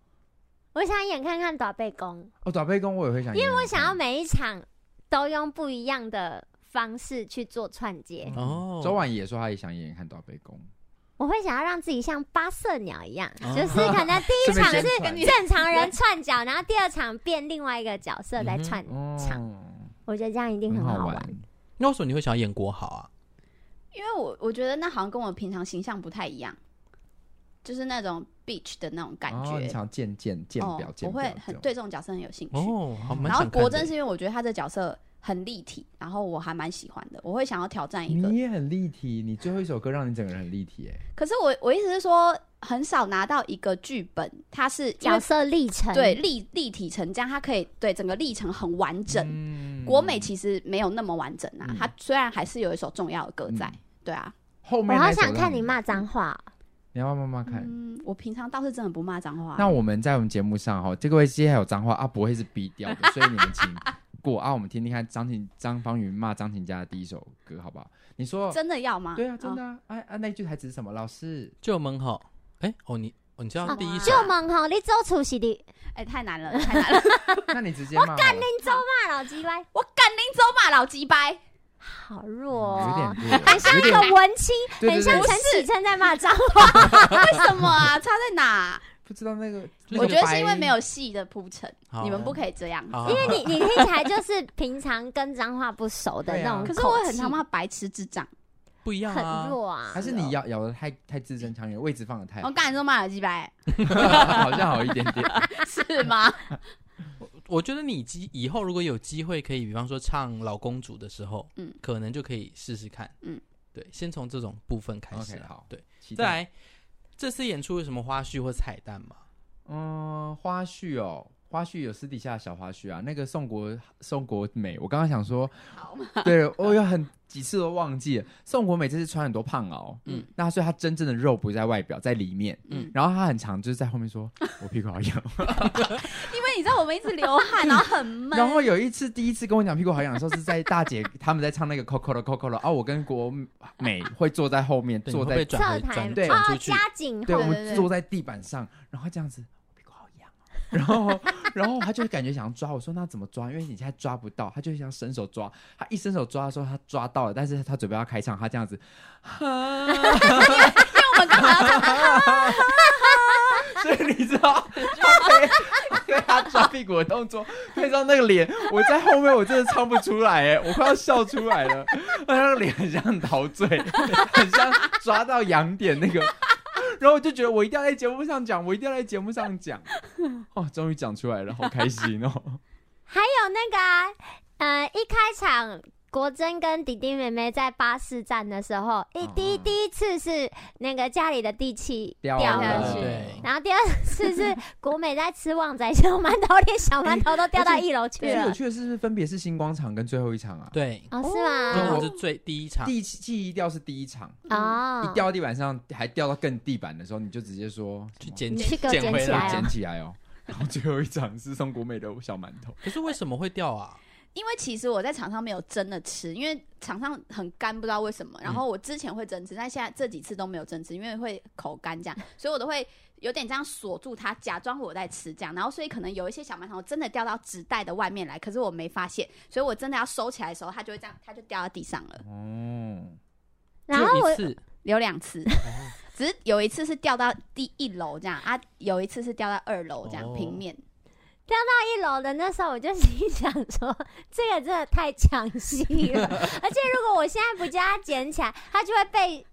Speaker 3: 我想演看看短背公，
Speaker 2: 哦，短背公我也会想演，因为我
Speaker 3: 我想要每一场都用不一样的方式去做串接。
Speaker 1: 哦
Speaker 2: 周婉也说她也想演演看短背公，
Speaker 3: 我会想要让自己像八色鸟一样，
Speaker 1: 哦
Speaker 3: 就是可能第一
Speaker 2: 顺便
Speaker 3: 场
Speaker 2: 宣
Speaker 3: 是
Speaker 2: 传
Speaker 3: 正常人串角，然后第二场变另外一个角色来串场。
Speaker 2: 哦，
Speaker 3: 我觉得这样一定
Speaker 2: 嗯很
Speaker 3: 很
Speaker 2: 好
Speaker 3: 好
Speaker 2: 玩
Speaker 3: 玩。。
Speaker 1: 那为什么你会想要演国豪啊？
Speaker 4: 因为我我觉得那好像跟我平常形象不太一样，就是那种 beach 的那种感
Speaker 2: 哦你
Speaker 4: 觉。
Speaker 2: 想要见见见
Speaker 4: 哦
Speaker 2: 表，见
Speaker 4: 我会
Speaker 2: 表这
Speaker 4: 很
Speaker 2: 种
Speaker 4: 对这种角色很有兴趣。
Speaker 1: 哦，好，蛮
Speaker 4: 然后
Speaker 1: 想看
Speaker 4: 国
Speaker 1: 的
Speaker 4: 珍是因为我觉得他这角色很立体，然后我还蛮喜欢的，我会想要挑战一个。
Speaker 2: 你也很立体，你最后一首歌让你整个人很立体，哎，
Speaker 4: 可是我我意思是说，很少拿到一个剧本，它是因为
Speaker 3: 角色历程，
Speaker 4: 对，立立体成这样，它可以对整个历程很完整。
Speaker 2: 嗯
Speaker 4: 国美其实没有那么完整啊，
Speaker 2: 嗯
Speaker 4: 它虽然还是有一首重要的歌在，
Speaker 2: 嗯
Speaker 4: 对啊，
Speaker 2: 后
Speaker 3: 我
Speaker 2: 面
Speaker 3: 好
Speaker 2: 那一首
Speaker 3: 想看
Speaker 2: 让
Speaker 3: 你骂脏话哦、
Speaker 2: 你要慢慢看。
Speaker 4: 嗯，我平常倒是真的不骂脏话，
Speaker 2: 那我们在我们节目上哈，这个位接下来有脏话啊，不会是逼掉 的，所以你们请过啊，我们听听看张庭张方云骂张庭佳的第一首歌好不好？你说
Speaker 4: 真的要吗？
Speaker 2: 对啊，真的
Speaker 4: 哦
Speaker 2: 啊，啊啊那句台词是什么？老 师，
Speaker 1: 就门口，哎，哦你哦你知
Speaker 4: 啊
Speaker 1: 道
Speaker 3: 哦
Speaker 1: 第一首
Speaker 3: 就猛吼，你走出息的，
Speaker 4: 哎、太难了， 太难了！
Speaker 2: 那你直接骂我，
Speaker 3: 你走骂老鸡歪，
Speaker 4: 我赶临走马老鸡掰，
Speaker 3: 好弱、
Speaker 2: 有
Speaker 3: 哦，
Speaker 2: 点 弱，
Speaker 3: 很像
Speaker 2: 有
Speaker 3: 那
Speaker 2: 点
Speaker 3: 个文青，
Speaker 2: 对对
Speaker 3: 很像
Speaker 2: 对
Speaker 3: 陈启正在骂脏话。
Speaker 4: 为什么啊？差在哪？
Speaker 2: 不知道那个，那个哦
Speaker 4: 我觉得是因
Speaker 2: 白
Speaker 4: 为没有戏的铺陈，
Speaker 1: 好
Speaker 4: 你们不可以这样。
Speaker 1: 好
Speaker 3: 因为你你听起来就是平常跟脏话不熟的
Speaker 2: 对
Speaker 3: 那
Speaker 2: 啊
Speaker 3: 种口
Speaker 4: 可
Speaker 3: 气，
Speaker 4: 是我很他妈白痴智障，
Speaker 1: 不一样
Speaker 3: 很
Speaker 1: 啊，
Speaker 3: 弱啊
Speaker 2: 还。是你咬咬的太太字正腔圆，位置放的太
Speaker 4: 我，赶紧说马老鸡掰，
Speaker 2: 好像好一点 点。
Speaker 4: 是吗？
Speaker 1: 我觉得你机以后如果有机会可以，比方说唱《老公主》的时候，
Speaker 4: 嗯
Speaker 1: 可能就可以试试看，
Speaker 4: 嗯，
Speaker 1: 对，先从这种部分开始
Speaker 2: OK，
Speaker 1: 啊
Speaker 2: 好
Speaker 1: 对，
Speaker 2: 期
Speaker 1: 再
Speaker 2: 待，
Speaker 1: 来这次演出有什么花絮或彩蛋吗？
Speaker 2: 嗯，花絮哦。花絮有私底下的小花絮啊，那个宋国宋国美，我刚刚想说，
Speaker 4: 好嘛，
Speaker 2: 对，我有很几次都忘记了。宋国美这次穿很多胖袄，嗯
Speaker 1: 嗯，
Speaker 2: 那所以她真正的肉不在外表，在里面，嗯
Speaker 1: 嗯，
Speaker 2: 然后她很常就是在后面说，我屁股好痒。
Speaker 4: 因为你知道我们一直流 汗，然后很闷，
Speaker 2: 然后有一次第一次跟我讲屁股好痒的时候，是在大姐他们在唱那个 Coco 的 Coco 的，哦，我跟国美会坐在后面，
Speaker 1: 对
Speaker 2: 坐
Speaker 1: 你会被
Speaker 2: 在，
Speaker 1: 转回
Speaker 3: 侧台
Speaker 1: 转
Speaker 2: 对
Speaker 1: 转
Speaker 3: 哦
Speaker 1: 出，去，
Speaker 3: 加紧
Speaker 2: 对，
Speaker 3: 后
Speaker 2: 我
Speaker 4: 对
Speaker 2: 们
Speaker 4: 对
Speaker 2: 坐在地板上，然后这样子，我屁股好痒哦。然后 然后他就感觉想要抓我说那怎么抓？因为你现在抓不到，他就想伸手抓。他一伸手抓的时候，他抓到了，但是他准备要开唱，他这样子，
Speaker 4: 因为我们刚好要
Speaker 2: 所以你知道，就配对他抓屁股的动作，配上那个脸，我在后面我真的唱不出来，哎，我快要笑出来了。 他那个脸很像陶醉，很像抓到痒点那个。然后我就觉得我一定要在节目上讲，我一定要在节目上讲。哦，终于讲出来了，好开心哦！
Speaker 3: 还有那个啊、呃，一开场国珍跟弟弟妹妹在巴士站的时候，一第一
Speaker 2: 嗯
Speaker 3: 第一次是那个家里的地契
Speaker 2: 掉
Speaker 3: 掉
Speaker 4: 了
Speaker 3: 下去。
Speaker 1: 对
Speaker 3: 然后第二次是国美在吃旺仔小馒头，连小馒头都掉到一楼去
Speaker 2: 最有
Speaker 3: 了。
Speaker 2: 趣的是，分别是星光场跟最后一场啊。
Speaker 1: 对，
Speaker 3: 哦，是
Speaker 1: 这
Speaker 3: 吗
Speaker 2: 对？
Speaker 1: 种是最第一场，
Speaker 2: 第一记忆掉是第一场，
Speaker 3: 哦
Speaker 2: 一，掉到地板上，还掉到更地板的时候，你就直接说
Speaker 1: 去
Speaker 2: 什么
Speaker 1: 捡
Speaker 3: 你去给我
Speaker 1: 捡
Speaker 3: 捡
Speaker 1: 回
Speaker 3: 起来
Speaker 1: 来
Speaker 3: 啊。
Speaker 2: 捡起来哦。然后最后一场是送国美的小馒头，
Speaker 1: 可是为什么会掉啊？
Speaker 4: 因为其实我在场上没有真的吃，因为场上很干，不知道为什么。然后我之前会真吃，但现在这几次都没有真吃，因为会口干这样，所以我都会有点这样锁住它，假装我在吃这样。然后所以可能有一些小馒头真的掉到纸袋的外面来，可是我没发现，所以我真的要收起来的时候，它就会这样，它就掉到地上了。
Speaker 2: 哦，
Speaker 3: 然后
Speaker 1: 就
Speaker 3: 我
Speaker 1: 一次，哦
Speaker 4: 有两次，只是有一次是掉到第一楼这样啊，有一次是掉到二楼这样、
Speaker 1: 哦
Speaker 4: 平面。
Speaker 3: 一楼的那时候，我就心想说，这个真的太抢戏 了，而且如果我现在不叫它捡起来，它就会被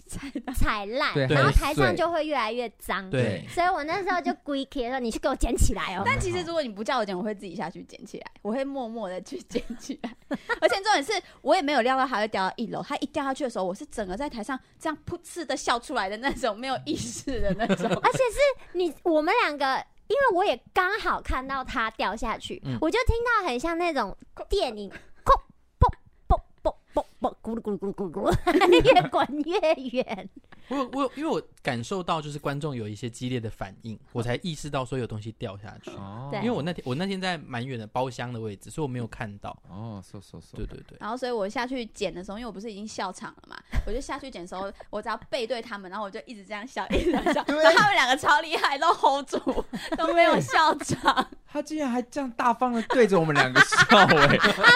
Speaker 3: 踩烂，
Speaker 2: 对
Speaker 3: 然
Speaker 2: 它
Speaker 3: 后
Speaker 2: 会
Speaker 3: 台上
Speaker 2: 碎
Speaker 3: 就会越来越脏。
Speaker 1: 对，
Speaker 3: 所以我那时候就故意贴说：“你去给我捡起来哦。”。
Speaker 2: 嗯
Speaker 4: 但其实如果你不叫我捡，我会自己下去捡起来， 我会默默的去捡起来。 而且重点是我也没有料到它会掉到一楼，它一掉下去的时候，我是整个在台上这样噗嗤的笑出来的那种，没有意识的那种
Speaker 3: 而且是你我们两个，因为我也刚好看到它掉下去，
Speaker 1: 嗯
Speaker 3: 我就听到很像那种电影，砰砰砰砰砰砰，咕噜咕噜咕噜咕噜咕噜，越滚越远。
Speaker 1: 我有我有，因为我感受到就是观众有一些激烈的反应，我才意识到说有东西掉下去。
Speaker 2: 哦
Speaker 3: 对
Speaker 1: 因为我那天我那天在蛮远的包厢的位置，所以我没有看到。
Speaker 2: 哦，瘦瘦瘦，
Speaker 1: 对对对，
Speaker 4: 然后，所以我下去捡的时候，因为我不是已经笑场了嘛， 我就下去捡的时候，我只要背对他们，然后我就一直这样笑，一直这样 笑，然后他们两个超厉害，都 hold 住，都没有笑场。
Speaker 2: 他竟然还这样大方的对着我们两个笑哎、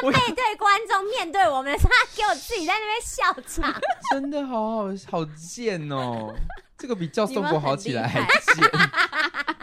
Speaker 2: 我
Speaker 3: 背对观众，面对我们的时候，他给我自己在那边笑场。
Speaker 2: 真的好好好贱哦，这个比叫宋国好起来还
Speaker 4: 你
Speaker 2: 贱。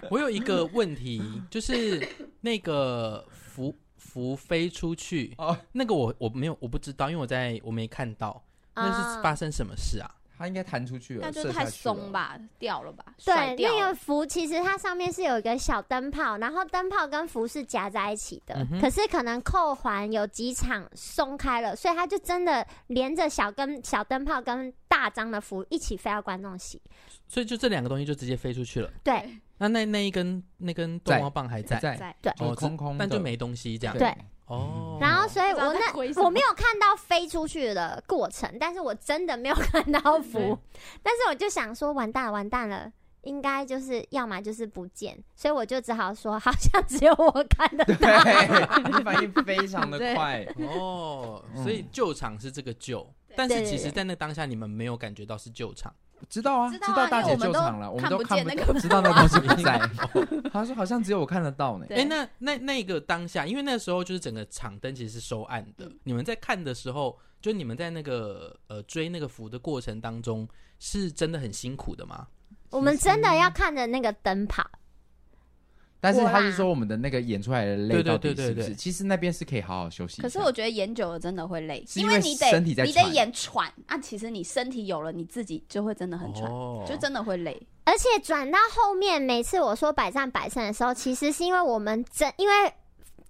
Speaker 1: 我有一个问题，就是那个福福飞出去，
Speaker 2: 哦
Speaker 1: 那个我我没有我不知道，因为我在我没看到，那是
Speaker 3: 啊
Speaker 1: 发生什么事啊？
Speaker 2: 他应该弹出去了，
Speaker 4: 那就是
Speaker 2: 啊射下
Speaker 4: 太
Speaker 2: 去了
Speaker 4: 松。吧，掉了吧，
Speaker 3: 对
Speaker 4: 甩，掉
Speaker 3: 那
Speaker 4: 了
Speaker 3: 个符其实它上面是有一个小灯泡，然后灯泡跟符是夹在一起的，
Speaker 1: 嗯哼
Speaker 3: 可是可能扣环有几场松开了，所以它就真的连着小跟小灯泡跟大张的符一起飞到观众席。
Speaker 1: 所以就这两个东西就直接飞出去了。
Speaker 3: 对
Speaker 1: 那那那一根那根
Speaker 2: 在
Speaker 1: 动画棒还在，
Speaker 2: 在
Speaker 4: 在
Speaker 3: 对
Speaker 2: 就是
Speaker 1: 哦，
Speaker 2: 空空的
Speaker 1: 但就没东西这样。
Speaker 3: 对
Speaker 1: 哦，
Speaker 3: 然后所以
Speaker 4: 不知道
Speaker 3: 我
Speaker 4: 在
Speaker 3: 那
Speaker 4: 挥什么
Speaker 3: 我没有看到飞出去的过程，但是我真的没有看到符，但是我就想说完蛋了完蛋了。应该就是要么就是不见，所以我就只好说，好像只有我看得 到。
Speaker 2: 对，你反应非常的
Speaker 4: 对
Speaker 2: 快，
Speaker 1: 哦，
Speaker 2: 嗯
Speaker 1: 所以救场是这个救，但
Speaker 3: 对
Speaker 1: 是
Speaker 3: 对
Speaker 1: 其实，
Speaker 3: 对
Speaker 1: 在那当下你们没有感觉到是救场，
Speaker 2: 知道啊，
Speaker 4: 知
Speaker 2: 知
Speaker 4: 道啊
Speaker 2: 道大姐
Speaker 4: 因为
Speaker 2: 救
Speaker 4: 我们都
Speaker 2: 场了，我们都
Speaker 4: 看
Speaker 2: 看
Speaker 4: 不见
Speaker 2: 到，知道那东西不 在。哦他说好像只有我看得到呢，
Speaker 4: 对
Speaker 1: 哎、那那那个当下，因为那时候就是整个场灯其实是收暗
Speaker 3: 嗯
Speaker 1: 的，你们在看的时候，就你们在那个呃追那个符的过程当中，是真的很辛苦的吗？
Speaker 3: 我们真的要看着那个灯泡，
Speaker 2: 但是
Speaker 3: 我啦
Speaker 2: 他是说我们的那个演出来的泪
Speaker 1: 对对
Speaker 2: 到底
Speaker 1: 对
Speaker 2: 是不
Speaker 1: 对
Speaker 2: 是？
Speaker 1: 对
Speaker 2: 其实那边是可以好好休息一下。
Speaker 4: 可是我觉得演久了真的会累，
Speaker 2: 是
Speaker 4: 因
Speaker 2: 因为
Speaker 4: 你得
Speaker 2: 身体在
Speaker 4: 你得
Speaker 2: 喘
Speaker 4: 演喘啊。其实你身体有了，你自己就会真的很喘，
Speaker 1: 哦
Speaker 4: 就真的会累。
Speaker 3: 而且转到后面，每次我说百战百胜的时候，其实是因为我们正因为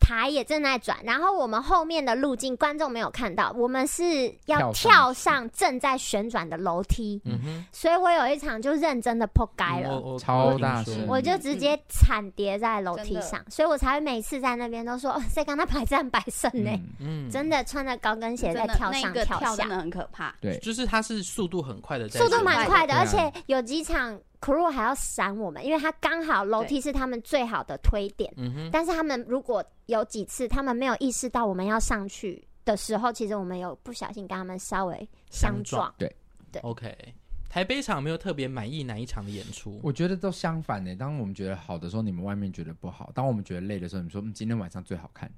Speaker 3: 台也正在转，然后我们后面的路径观众没有看到，我们是要
Speaker 2: 跳上去
Speaker 3: 跳上正在旋转的楼梯，
Speaker 1: 嗯哼，嗯
Speaker 3: 所以我有一场就认真的破街了。
Speaker 1: 我我
Speaker 2: 超大
Speaker 1: 听
Speaker 2: 声
Speaker 1: 说
Speaker 3: 我就直接惨跌在楼梯
Speaker 4: 真
Speaker 3: 上，所以我才会每次在那边都说哦，在跟他百战百胜呢、
Speaker 2: 嗯
Speaker 1: 嗯
Speaker 3: 真的穿着高跟鞋
Speaker 4: 真
Speaker 3: 在
Speaker 4: 的
Speaker 3: 跳
Speaker 4: 那
Speaker 3: 上
Speaker 4: 个跳
Speaker 3: 下
Speaker 4: 真，的很可怕。
Speaker 2: 对，
Speaker 1: 就是它是速度很快的在
Speaker 3: 速
Speaker 1: 转，
Speaker 3: 度蛮快的，
Speaker 2: 对啊
Speaker 3: 而且有几场 crew 还要闪我们，因为他刚好楼梯是他们最好的推点。
Speaker 1: 嗯哼，
Speaker 3: 但是他们如果有几次他们没有意识到我们要上去的时候，其实我们有不小心跟他们稍微相撞。
Speaker 1: OK，台北场有没有特别满意哪一场的演 出？
Speaker 2: 我觉得都相反呢、当我们觉得好的时候，你们外面觉得不好；当我们觉得累的时候，你们说嗯，今天晚上最好看。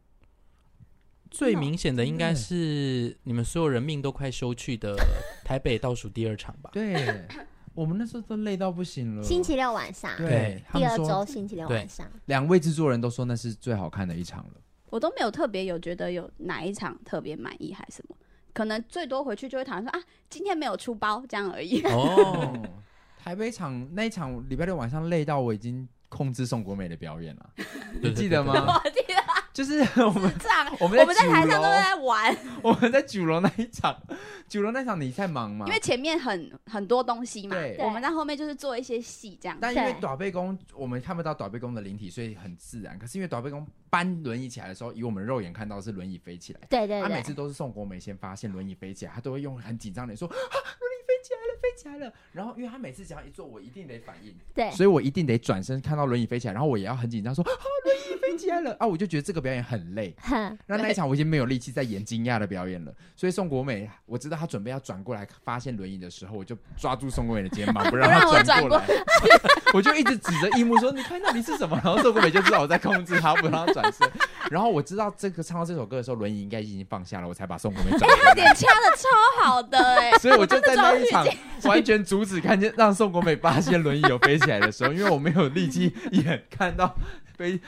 Speaker 1: 最明显的应该是你们所有人命都快休去的台北倒数第二场吧？
Speaker 2: 对，我们那时候都累到不行了。
Speaker 3: 星期六晚上，
Speaker 2: 嗯对，他
Speaker 3: 第
Speaker 2: 们
Speaker 3: 二周
Speaker 2: 说
Speaker 3: 星期六
Speaker 1: 对
Speaker 3: 晚上，
Speaker 2: 两位制作人都说那是最好看的一场了。
Speaker 4: 我都没有特别有觉得有哪一场特别满意还是什么，可能最多回去就会讨论说啊，今天没有出包这样 而已。
Speaker 1: 哦，
Speaker 2: 哦，台北场那一场礼拜六晚上累到我已经控制宋国美的表演了，
Speaker 1: 对
Speaker 2: 你记得？
Speaker 1: 对对对
Speaker 2: 吗？
Speaker 4: 我记得
Speaker 2: 就是我们
Speaker 4: 啊这样，
Speaker 2: 我们
Speaker 4: 我们在
Speaker 2: 九
Speaker 4: 台上都
Speaker 2: 楼
Speaker 4: 在 玩，
Speaker 2: 我们在九楼那一场，九楼那场你在忙吗
Speaker 4: 因？为前面很很多东西嘛
Speaker 2: 对，
Speaker 4: 我们在后面就是做一些戏这样。
Speaker 2: 但因为
Speaker 3: 对
Speaker 2: 短背弓，我们看不到短背弓的灵体，所以很自然。可是因为短背弓搬轮椅起来的时候，以我们肉眼看到是轮椅飞起来。
Speaker 3: 对对
Speaker 2: 他每
Speaker 3: 对，
Speaker 2: 次都是宋国美先发现轮椅飞起来，他都会用很紧张的说：“啊，轮椅飞起来了，飞起来了。”然后因为他每次只要一做，我一定得反应，
Speaker 3: 对
Speaker 2: 所以我一定得转身看到轮椅飞起来，然后我也要很紧张说：“ 啊，轮椅飞起来了！”啊，我就觉得这个表演很累。
Speaker 3: 哼，
Speaker 2: 那那一场我已经没有力气再演惊讶的表演了，所以宋国美，我知道他准备要转过来发现轮椅的时候，我就抓住宋国美的肩膀，不让
Speaker 4: 不让
Speaker 2: 他
Speaker 4: 我
Speaker 2: 转过来， 我就一直指着一幕说：“你看那里是什么？”然后宋国美就知道我在控制他，不让他转身。然后我知道这个唱到这首歌的时候，轮椅应该已经放下了，我才把宋国美转
Speaker 4: 这
Speaker 2: 回
Speaker 4: 点
Speaker 2: 来。
Speaker 4: 掐的超好的哎、
Speaker 2: 所以我就在那一
Speaker 4: 我
Speaker 2: 场
Speaker 4: 真的终于
Speaker 2: 完全阻止看见让宋国美发现轮椅有飞起来的时候，因为我没有力气演看到飞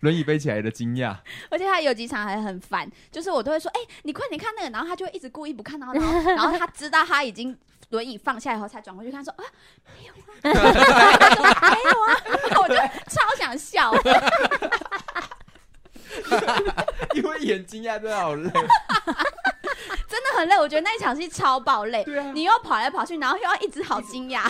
Speaker 2: 轮椅飞起来的惊讶。
Speaker 4: 而且他有几场还很烦，就是我都会说，哎、你快点看那个，然后他就会一直故意不看，然后然后然后他知道他已经轮椅放下以后才转回去看，说啊 没有啊，他就说没有啊， 然后我就超想笑，
Speaker 2: 因为眼睛压真的好累。
Speaker 4: 真的很累，我觉得那一场戏超爆累，
Speaker 2: 对啊，
Speaker 4: 你又跑来跑去，然后又要一直好惊讶，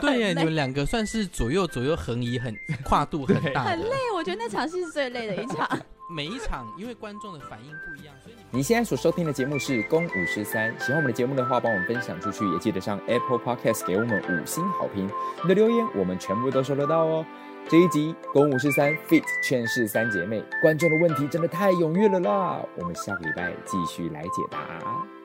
Speaker 1: 对耶，
Speaker 4: 很累
Speaker 1: 你们两个算是左右左右横移很跨度很大
Speaker 4: 很
Speaker 1: 的
Speaker 4: 累。，我觉得那场戏是最累的一场。
Speaker 1: 每一场因为观众的反应不一样，所以你。
Speaker 5: 你现在所收听的节目是《公五十三》，喜欢我们的节目的话，帮我们分享出去，也记得上 Apple Podcast 给我们五星好评。你的留言我们全部都收得到哦。这一集《公五十三 Fit 劝世三姐妹》，观众的问题真的太踊跃了啦，我们下个礼拜继续来解答。